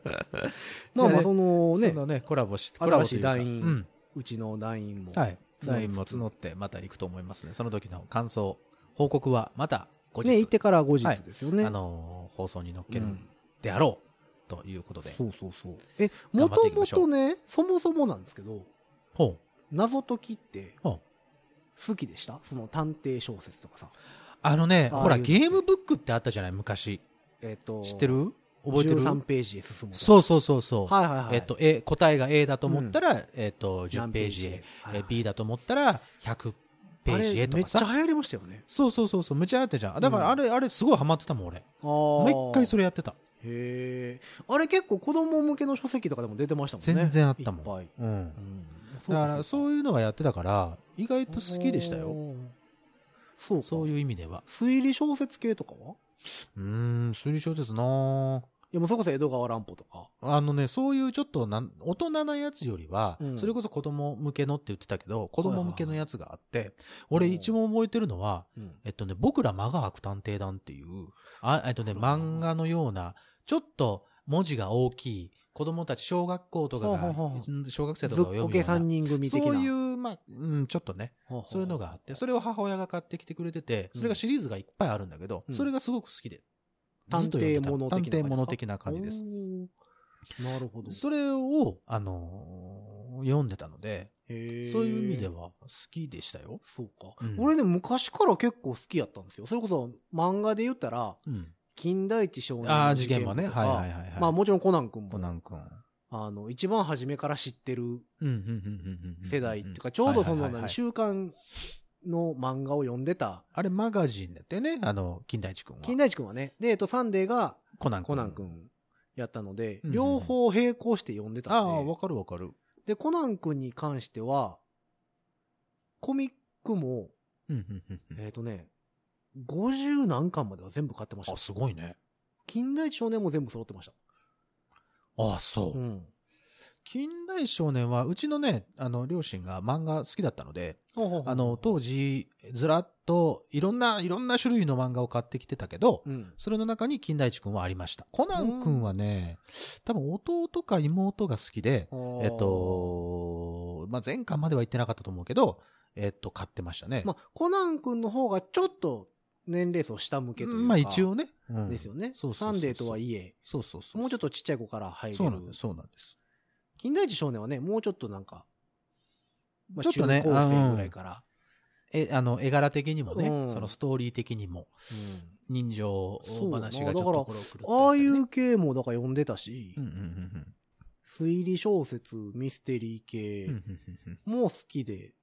B: まあそのね
C: そのね、コラボ
B: 新し
C: し、
B: い
C: コラボとうか
B: 団員
C: うん。
B: うちの団員も、
C: はい。
B: 募りつつ
C: 団員も募って、また行くと思いますね。その時の感想、報告は、また、後日。
B: ね、行ってから後日ですよね。
C: あのー放送に乗っけ
B: う
C: る
B: ん
C: であろう、ということで。
B: そうそうそう。え、も
C: 頑張って
B: と
C: いきま
B: も
C: しょう
B: とね、そもそもなんですけど、
C: ほう。
B: 謎解きって、
C: ほ
B: 好きでしたその探偵小説とかさ。
C: あのね、
B: ああ
C: ほら、
B: いう
C: ゲームブックってあったじゃない、昔。
B: えっ、と、
C: 知ってる覚えてる
B: ?13 ページへ進むと。
C: そうそうそうそう。
B: はいはいはい。
C: えっ、と、A、答えが A だと思ったら、えっ、と、10
B: 何
C: ページへ。
B: はい
C: え B だと思ったら、100ページへ
B: あ
C: とか
B: れめっ
C: さ。
B: ちゃ流行りましたよね。
C: そうそうそうそう、むちゃあってじゃん。だから、あれ、あれ、すごいハマってたもん、俺。
B: ああ。
C: 毎回そ
B: れ。
C: れやってた。
B: へえ。あれ結構子供向けの書籍とかでも出てましたもんね。
C: 全然あったもん。
B: いっぱい。
C: うん
B: う。ん。
C: だから、そうういうのがやってたから、意外
B: か
C: と好きでした。よ。
B: おーそうか。
C: そういう意味では。
B: 推理小説系とかは
C: うーん、推理小説なぁ
B: いや、もうそれこそ江戸川乱歩とか。
C: あのね、そういうちょっとなん、大人なやつよりは、
B: うん
C: それこそ子供向けのって言ってたけど、子供向けのやつがあって、俺
B: おー
C: 一番覚えてるのは、
B: うん。
C: えっとね、僕ら間が開く探偵団っていう、あ、えっとね、
B: 僕ら間
C: 漫画のような、ちょっと文字が大きい、子供たち小学校とか
B: ほう
C: が
B: ほうほ、
C: 小学生と
B: ず
C: か
B: っ
C: が読
B: こ
C: む
B: け
C: ような
B: 3人組的な。
C: そういう、まあ、うん、ちょっとね、
B: ほほ
C: そういうのがあって、それを母親が買ってきてくれてて、
B: うん
C: それがシリーズがいっぱいあるんだけど、
B: うん
C: それがすごく好きで。
B: 探
C: ずっと読ん
B: 偵
C: でた
B: もの的な感じですか。
C: 探偵もの的
B: お
C: な感じです。
B: ー。なるほど。
C: それを、あのー読んでたので、
B: へー
C: そういう意味で。は好きでしたよ。
B: そうか、
C: うん
B: 俺ね、昔から結構好きやったんですよ。それこそ漫画で言ったら、
C: うん。
B: 金田一少年
C: ああ、
B: の
C: 事件もね。
B: とか
C: はいはいはい、はい。
B: まあもちろんコナン君
C: コナ
B: も、
C: ン君。
B: あの、一番初めから知ってる
C: うん、うん、うんうん、うん。
B: 世代っていうか、ちょうどその
C: はいはいはいは
B: 何、
C: い
B: 週刊の漫画を読んでた、
C: あれ、マガジンだったよね。あの、金田一君は。
B: 金田一君はね、で、えっと、サンデーが
C: コナン君。
B: コナン君やったので、
C: うん
B: 両方並行して読んで
C: あ
B: た
C: あ、
B: んで
C: わ、かるわかる。
B: で、コナン君に関しては、コミックも、
C: うん、うん、うんうん。
B: えっ、とね、50何巻までは全部買ってました
C: あ、。すごいね。
B: 近代一少年も全部揃ってました。
C: ああ、そう。
B: ん。
C: 近代少年は、うちのね、あの、両親が漫画好きだったので、あの、当時、ずらっと、いろんな、いろんな種類の漫画を買ってきてたけど、
B: うん。
C: それの中に金田一くんはありました。コナンくんはね、多分弟か妹が好きで、えっ、と、まあ、前巻までは行ってなかったと思うけど、えっと、買ってましたね。
B: まあ、コナン君の方がちょっと年齢層下向けというか。
C: まあ一応ね。うん
B: ですよね。
C: そうそうそうそう
B: サンデーとはいえ、
C: そうそうそう。
B: もうちょっとちっちゃい子から入れる。
C: そうなんです。そうなんです。
B: 金田一少年はね、もうちょっとなんか、まあ、
C: ちょっとね
B: 中高生ぐらいから。
C: え、あの、絵柄的にもね、
B: うん
C: そのストーリー的にも、人情話がちょ
B: そ
C: っと
B: うだから
C: 心を狂ってたりね
B: ああいう系もだから読んでたし、
C: うんうんうん
B: 推理小説、ミステリー系
C: うんうんうんうんうん。
B: も好きで、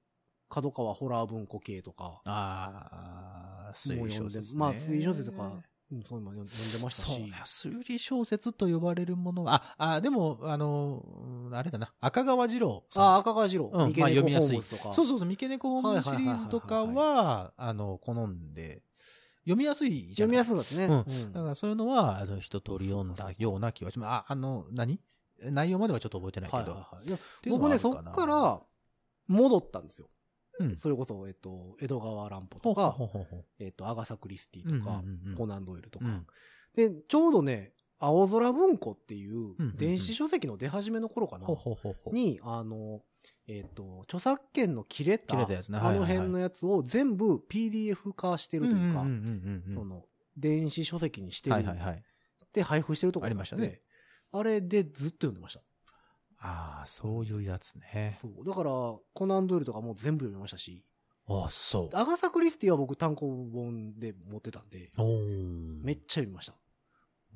B: 角川ホラー文庫系とか、
C: ああ、推
B: もう
C: 理
B: 読
C: 小
B: んで
C: 説、ね。
B: まあ推理小説とか、うんそういうのも読んでました
C: そう
B: し
C: ね。。推理小説と呼ばれるものは、あ、あ、でも、あの、うんあれだな、赤川次郎さん。
B: あ、赤川次郎。
C: う
B: 三
C: ん
B: 毛
C: まあ
B: 猫
C: 読みや
B: ホ
C: す
B: ー
C: い
B: ムズとか。
C: そうそうそう、三毛猫ホームズシリーズとか
B: はいは
C: は、あの、好んで、読みやすいじゃ
B: 読
C: な
B: み
C: い
B: や
C: ですか。
B: すかったね。
C: うん
B: うん
C: だからそういうのは、あの、一通り読んだような気はします。あ、あの、何内容まではちょっと覚えてないけ
B: はい
C: ど。
B: はいはいいや
C: ていうの
B: 僕
C: はあ
B: ね、
C: るか
B: そ
C: な
B: っから戻ったんですよ。
C: うん。
B: それこそ、えっと、江戸川乱歩
C: ほ
B: と
C: うほう
B: か
C: ほ、うほうほう
B: えっと、アガサ・クリスティとか
C: うんうんうんうん、
B: コナン・ドイルと
C: う
B: か
C: ん。
B: で、ちょうどね、青空文庫っていうん
C: うんうん
B: 電子書籍の出始めの頃かな
C: ほう。ほうほうほう。
B: に、あの、えっと、著作権の切れた、
C: 切れたやつねは
B: あ
C: いは
B: の
C: いはい
B: 辺のやつを全部 PDF 化してるというか
C: ん、んんうんうん
B: その、電子書籍にしてる
C: はいはいはい。
B: で配布してるとこ
C: ありましたね。
B: あれでずっと読んでました。
C: ああ、そういうやつね。
B: そう。だから、コナンドイルとかもう全部読みましたし、
C: あそう。
B: アガサ・クリスティは僕単行本で持ってたんで、
C: お
B: めっ
C: ー
B: ちゃ読みました。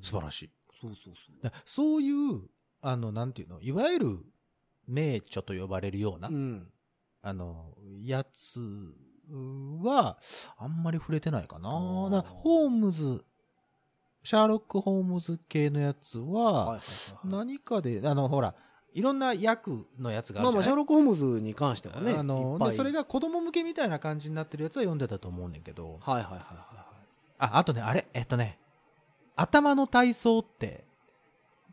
C: 素晴らしい。
B: そうそうそう。
C: だそういう、あの、なんていうの、いわゆる名著と呼ばれるような、
B: うん。
C: あの、やつは、あんまり触れてないか
B: あ
C: な
B: ー。
C: だホームズ、シャーロック・ホームズ系のやつ
B: はいはい
C: は、
B: はいはい。
C: 何かで、あの、ほら、いろんな役のやつがあ
B: ま
C: る
B: あ
C: じ
B: まあ、シ
C: ゃない
B: ャーロック・ホームズに関してはね、
C: あ
B: い
C: の
B: っぱ
C: で
B: い
C: それ、が子供向けみたいな感じになってるやつは読んでたと思うねんけど
B: はいはいはいはい。
C: ああとねあれえっとね「頭の体操」って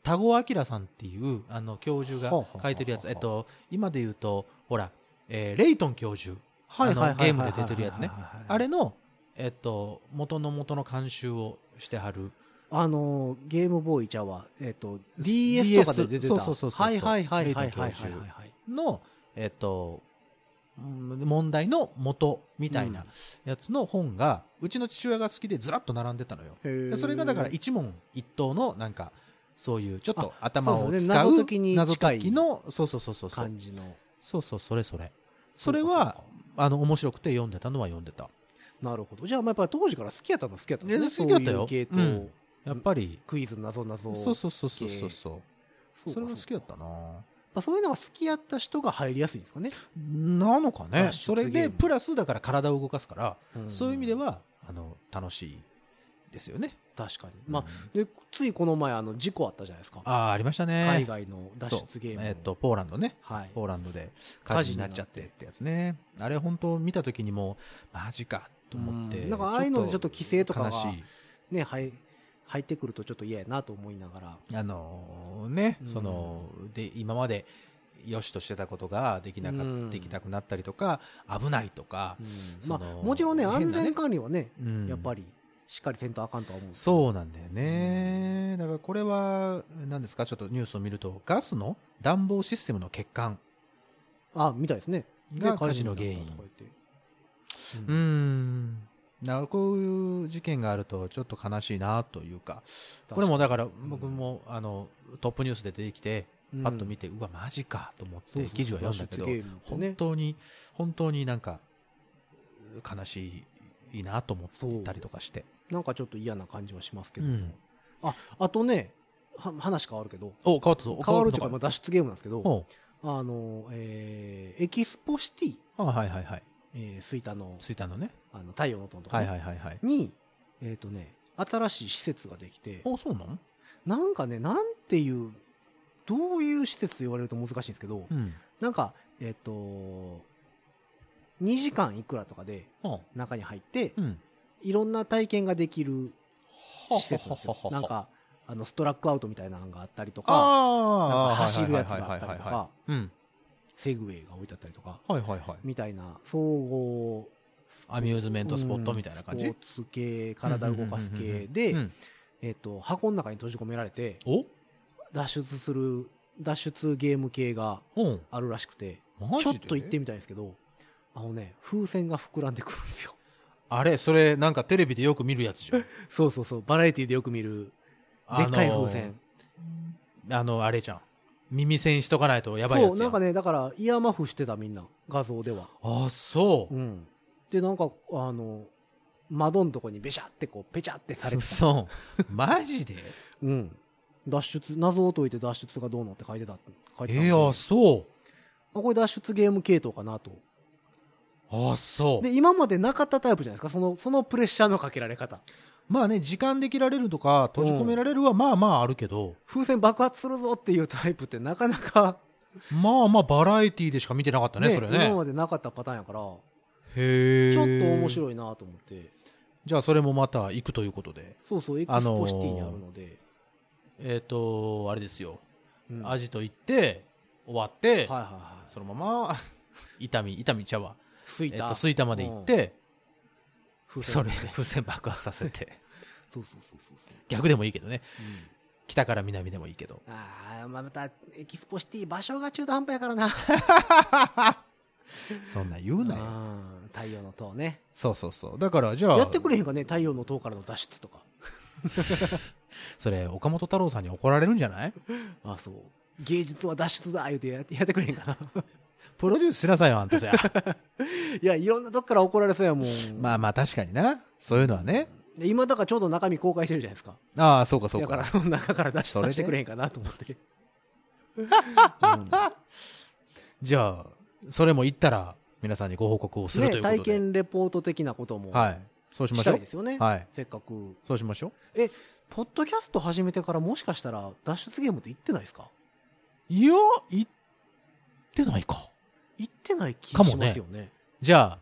C: 田子明さんっていうあの教授が
B: ほうほうほうほう
C: 書いてるやつえっと今で言うとほら、えーレイトン教授
B: はいはいはいはい
C: あのゲームで出てるやつね
B: はいはいはいはい
C: あれの、えっと、元の元の監修をしてはる
B: あのーゲームボーイちゃうわえっ、と DS とかで出てた
C: そうそうそうそう
B: はいはいはいはい
C: レイト
B: は
C: ン
B: い
C: 教
B: はい
C: 授
B: はい
C: の、えっと、うん問題の元みたいなやつの本が、うちの父親が好きでずらっと並んでたのよ。
B: へ
C: で
B: ー
C: それがだから一問一答のなんかそういうちょっと頭
B: そう
C: を
B: です
C: 使
B: ね
C: う
B: 謎解きに近い
C: 謎解きのそうそうそうそうそう
B: 感じの
C: そうそうそれそれそれはあの面白くて読んでたのは読んでた
B: なるほどじゃあまあやっぱり当時から好きやったの好きやったの
C: ね好きだったよ
B: そういう系統、
C: うんやっぱり
B: クイズ謎謎
C: そうそうそうそうそうそうそれが好きだった
B: の
C: な
B: そういうのが好きやった人が入りやすいんですかね、
C: なのかね
B: 脱出
C: それ
B: ゲー
C: で
B: ム
C: プラスだから体を動かすから
B: ん
C: そういう意味ではあの楽しいですよね
B: 確かにま
C: うん
B: あでついこの前あの事故あったじゃないですか
C: ああありましたね
B: 海外の脱出ゲーム
C: そ
B: の
C: うえっとポーランドね
B: はい
C: ポーランドで火事になっちゃってってやつね。あれ本当見た時にもう、マジかと思って。
B: うんなんかああいうのでちょっと規制とかが
C: 悲しい。
B: ねはい入ってくるとちょっと嫌やなと思いながら
C: あのーね、
B: うん
C: その、で、今まで良しとしてたことができなかっ
B: うん
C: できなくなったりとか、危ないとか。
B: ま
C: そ
B: あ
C: の
B: もちろんね安
C: 変なね
B: 全管理はね
C: うん
B: やっぱ。りしっかりせんとあかんとは思うんですけど
C: そうなんだよね。だからこれは、何ですかちょっとニュースを見ると、ガスの暖房システムの欠陥。
B: あみたいですねで
C: が火事の原因
B: になったとか言って
C: うーん。だからこういう事件があるとちょっと悲しいなというか、これもだから僕も、あの、トップニュースで出てきて、
B: うん
C: パッと見て、うわ、マジかと思っ
B: そう
C: て
B: そう
C: 記事は読んだけど
B: 脱出ゲームっ、てね
C: 本当に、本当になんか、悲しいなと思ったりとかして。
B: なんかちょっと嫌な感じはしますけど
C: うん
B: ああとねは話変わるけど
C: お、変わったぞ。
B: 変わるという
C: 変
B: かま
C: わ
B: あ
C: っ
B: 脱出ゲームなんですけ
C: た
B: ど
C: の
B: あのえーエキスポシティ
C: ほうあはいはいはい。
B: えー吹田の
C: ついたのね。
B: あの太陽の塔のとか
C: はい
B: ね
C: はいはいはい。
B: にえっとね新しい施設ができて
C: お、そうなん
B: なんかねなんていうどういう施設と言われると難しいんですけど
C: うん。
B: なんか、えっ、と、2時間いくらとかで
C: あ
B: 中に入って、
C: うん。
B: いろんな体験ができる施設なんですよ
C: は。は
B: な
C: はは
B: んか、あの、ストラックアウトみたいなのがあったりとか、
C: あ
B: なんか
C: あ、
B: 走るやつがあったりと
C: はいはいはいはいは
B: か、
C: い。うん。
B: セグウェイが置いてあったりとか、
C: はいはいはい。
B: みたいな、総合、
C: アミューズメントスポットみたいな感じ
B: うんスポーツ系、体動かす系で、
C: うん
B: えっ、と、箱の中に閉じ込められて、
C: お
B: 脱出する、脱出ゲーム系が
C: うん。
B: あるらしくて、
C: マジ
B: ちょっ
C: で
B: と行ってみたいんですけど、あのね、風船が膨らんでくるんですよ。
C: あれそれなんかテレビでよく見るやつじゃん。
B: そうそうそうバラエティでよく見るでっかい風船、
C: あの。あの、あれじゃん。耳栓しとかないとやばいや
B: そ
C: つ
B: う
C: じ
B: な
C: ゃ
B: ん
C: ん。
B: かねだからイヤーマフしてたみんな画像では
C: あ、そうう。
B: んでなんかあの窓んとこにベシャってこうペチャってされてた
C: 嘘。マ ジで
B: うん脱出謎を解いて脱出がどうのって書いてた書いてたん
C: え
B: で
C: ー、あ、そう。
B: まあこれ脱出ゲーム系統かなと
C: あ、そう。
B: で今までなかったタイプじゃないですかそのそのプレッシャーのかけられ方
C: まあね、時間で切られるとか、閉じ込められるはまあまああるけど、
B: 風船爆発するぞっていうタイプってなかなか、
C: まあまあバラエティでしか見てなかったね、それね。
B: 今までなかったパターンやからちょ
C: へえ。
B: っと面
C: い。
B: 白いなと思って
C: じゃあそれもまた行くということで。
B: そうそうエクスポシティにあるので、
C: えっ、と、あれですよ。
B: うん
C: アジト行って、終わって、
B: はいはいはい
C: そのまま、 痛み、痛みちゃうわ。
B: スイ
C: えっ、
B: タ
C: と、吹田まで行って、
B: 風
C: そ
B: 船
C: れ、風船爆発させて。
B: そうそうそうそうそう、
C: 逆でもいいけどね。
B: うん
C: 北から南でもいいけど。
B: ああまあまたエキスポシティ場所が中途半端やからな
C: そんな言うなよ。
B: うん太陽の塔ね
C: そうそうそう。だから、じゃあ、
B: やってくれへんかね太陽の塔からの脱出とか
C: それ、岡本太郎さんに怒られるんじゃない
B: あそう芸術は脱出だ言うてやってやってくれへんかな
C: プロデュースしなさいよ、あんたじゃあ。
B: いやいろんなとこから怒られそうやもん
C: まあまあ、確かにな。そういうのはね。
B: で今だからちょうど中身公開してるじゃないですか
C: ああ、そうかそう
B: だ
C: か。
B: からその中から脱出
C: それ
B: さ
C: で
B: せてくれへんかなと思って、
C: じゃあ、それも行ったら、皆さんにご報告をすると
B: ね、
C: いうことで。
B: 体験レポート的なことも
C: はい。そうしま
B: し
C: しょ
B: た
C: う
B: いで。すよね、
C: はい。
B: せっかく
C: そうしましょう。
B: ポッドキャスト始めてからもしかしたら脱出ゲームって行ってないですか
C: いや、行ってないか。
B: 行ってない気
C: か
B: が
C: も
B: し
C: ね
B: ますよね
C: じゃあ、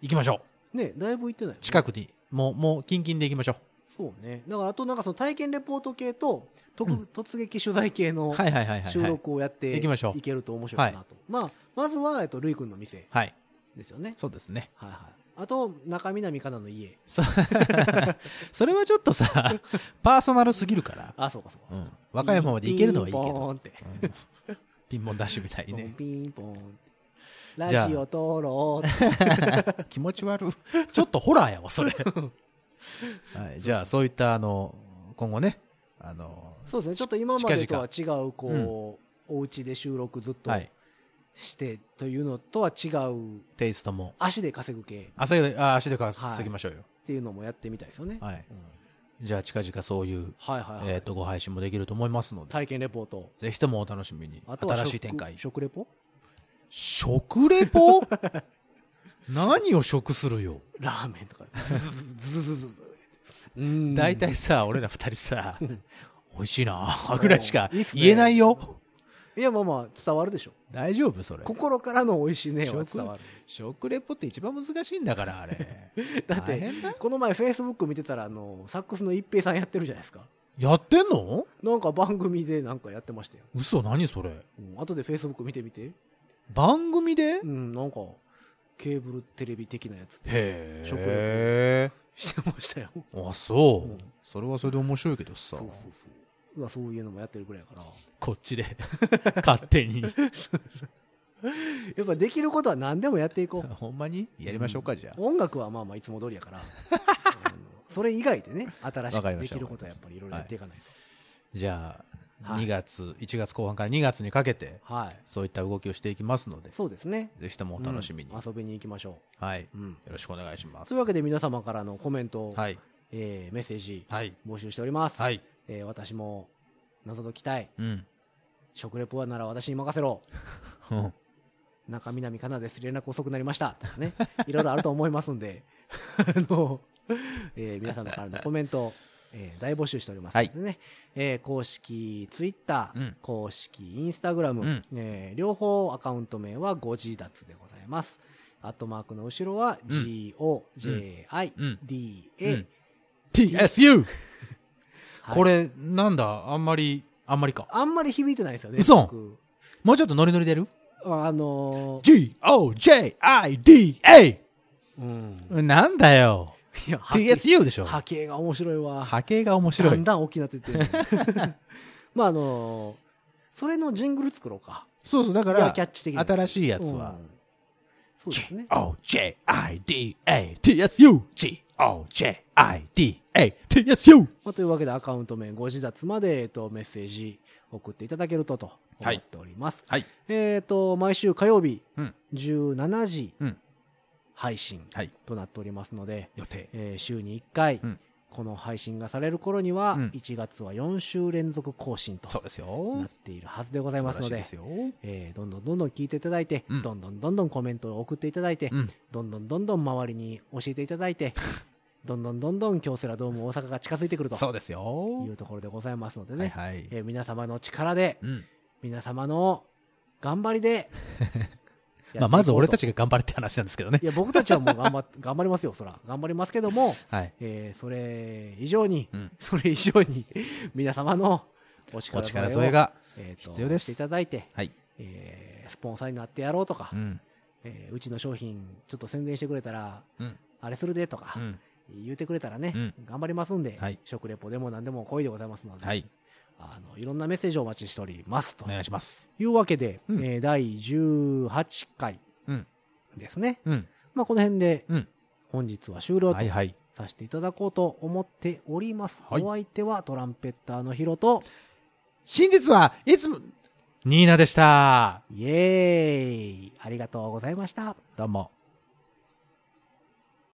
C: 行きましょ。
B: ねだいぶ行ってないうく
C: 近くに。もう、もう、近々で行きましょ
B: そうねだからあとなんかその体験レポート系と特
C: うん
B: 突撃取材系
C: う。
B: の
C: はいはいはいはい、はい。
B: 収録をやって
C: 行きましょう
B: いけると面白いかなと、まあまずはえっとるいくんの店
C: はい。
B: ですよね
C: そうですね。
B: はいはいあと中南かなの家
C: そ それはちょっとさ、パーソナルすぎるから。
B: あそうかそうか、
C: うん。和歌山まで行けるのはいいけ
B: ピンポー
C: ど。
B: ンって
C: うんピンポンダッシュみたいにね。
B: ピンポンって
C: じゃあ
B: ラジオ通ろうって
C: 気持ち悪い。ちょっとホラーやわ、そ れ。はい。じゃあ、そういった、あの、今後ね、あの、
B: そうですねちょっと今までとは違う
C: 々うん
B: こう、お家で収録ずっと
C: はい。
B: してというのとは違う
C: テイストも。
B: 足で稼ぐ系
C: 足で、あ足で稼ぎましょうよ。
B: っていうのもやってみたいですよね、
C: はい。
B: うん
C: じゃあ、近々そういう、
B: はいはいはい、
C: えっ、と、ご配信もできると思いますので、
B: 体験レポート
C: ぜひともお楽しみに。
B: あとは
C: 新しい
B: 食
C: 展開。
B: 食レポ
C: 食レ ポ何を食するよ。
B: ラーメン とかズズズズズズズうん
C: 大体 さ、俺ら二人さ、美味しいな
B: う
C: ぁ、
B: ん
C: ぐらいしか
B: いいっすね
C: 言えないよ。
B: いやまあまあ伝わるでしょ
C: 大丈夫それ。
B: 心からの美味しいねは
C: 食
B: 伝わる
C: 食レポって一番難しいんだから、あれ。
B: だっ
C: 大
B: て
C: 変だよ
B: この前フェイスブック見てたらあのサックスの一平さんやってるじゃないですか
C: やってんの
B: なんか番組でなんかやってましたよ、
C: 嘘、何それ。
B: うん、後でフェイスブック見てみて
C: 番組で
B: うんなんかケーブルテレビ的なやつで
C: へ
B: 食
C: え。
B: してましたよ
C: あ、そう、
B: うん
C: それはそれで面白いけど
B: そ
C: さ。
B: うそうそうまあそういうのもやってるぐらいやから
C: こっちで。 勝 手に。
B: やっぱできることは何でもやっていこ う
C: ほんまにやりましょうか、じゃあ。
B: 音楽はまあまあいつも通りや からあのそれ以外でね新し
C: わか
B: く
C: りま
B: で
C: した
B: きることはやっぱりいろいろやっていかない
C: じゃあ、
B: はい
C: 2月、1月後半から2月にかけて、
B: とはい、
C: そういった動きをしていきますので、
B: そうですね
C: ぜひともお楽しみに。
B: うん遊びに行きましょ
C: はい。よ
B: う、うん、
C: ろしくお願いします。
B: というわけで皆様からのコメント、
C: はい。
B: えーメッセージ
C: はい。
B: 募集しております、
C: はい。
B: えー私も謎解きたい
C: うん。
B: 食レポはなら私に任せろ
C: うん
B: 中南かなです連絡遅くなりましたとかねいろいろあると思いますんで あの、えー皆様からのコメント、えー大募集しておりますのでね、えー公式ツイッター、
C: うん
B: 公式インスタグラム、
C: うん
B: えー両方アカウント名はご自立でございますアットマークの後ろは
C: うん
B: GOJIDA、
C: うんう
B: DA
C: ん TSU!
B: はい
C: これ、なんだ、あんまり、あんまりか。
B: あんまり響いてないですよね
C: 嘘
B: 僕
C: もうちょっとノリノリ出る
B: あのー
C: ?GOJIDA!
B: うん、
C: なんだよ。
B: いや波形
C: TSU でしょ。
B: 波形が面白いわ
C: 波形が面白
B: だん
C: い。
B: だん大きな ってってるまああのーそれのジングル作ろうか
C: そうそう、だか
B: いや
C: ら
B: キ、ャッチ的な
C: 新しいやつは
B: うんそうですね。
C: G-O-J-I-D-A-T-S-U-G-O-J-I-D-A-T-S-U
B: まあ、というわけでアカウント名ご自立まで、えっと、メッセージ送っていただけるとと思っております。
C: はい。
B: えっ、と、毎週火曜日
C: うん。
B: 17時
C: うん
B: 配信
C: はい。
B: となっておりますので、
C: 予定。
B: えー週に1回、
C: うん
B: この配信がされる頃には、
C: うん
B: 1月は4週連続更新と
C: そうです
B: な
C: よ
B: っ。ているはずでございますの
C: 素晴
B: で、
C: らしいですよ。
B: えーどんどんどんどん聞いていただいて、
C: うん
B: どんどんどんどんコメントを送っていただいて、
C: うん。
B: どんどんどんどん周りに教えて いただいて、どんどんどんどん京セラドーム大阪が近づいてくると
C: そうですよ
B: い。うところでございますのでね、
C: はいはい。
B: えー皆様の力で、
C: うん。
B: 皆様の頑張りで、
C: まあ、まず俺た
B: ち。
C: ちが頑張れって話なんですけどね
B: い。や、僕たちはもう頑張っ 頑張りますよ、そら。頑張りますけども、
C: はい。
B: えーそれ以上に、
C: うん
B: それ以上に、皆様のお
C: お
B: 力添え
C: 力
B: を
C: 添え、が。
B: えーと
C: 必要です
B: していただいて、
C: はい。
B: えースポンサーになってやろうとか、
C: うん。
B: えーうちの商品、ちょっと宣伝してくれたら、
C: うん。
B: あれするでとか、
C: うん。
B: 言うてくれたらね、
C: うん
B: 頑張りますんで、
C: はい
B: 食レポでも何でも恋でございますので、
C: はい。
B: あのいろんなメッセージをお待ちしておりますと
C: お願いします。
B: いうわけで、
C: うん
B: えー第18回
C: うん
B: ですね、
C: うん。
B: まあ、この辺で
C: うん。
B: 本日は終了と
C: はいはい。
B: させていただこうと思っております、
C: はい
B: お相手はトランペッターのヒロと
C: 真実はいつも、ニーナでした。
B: イエーイありがとうございました
C: どうも。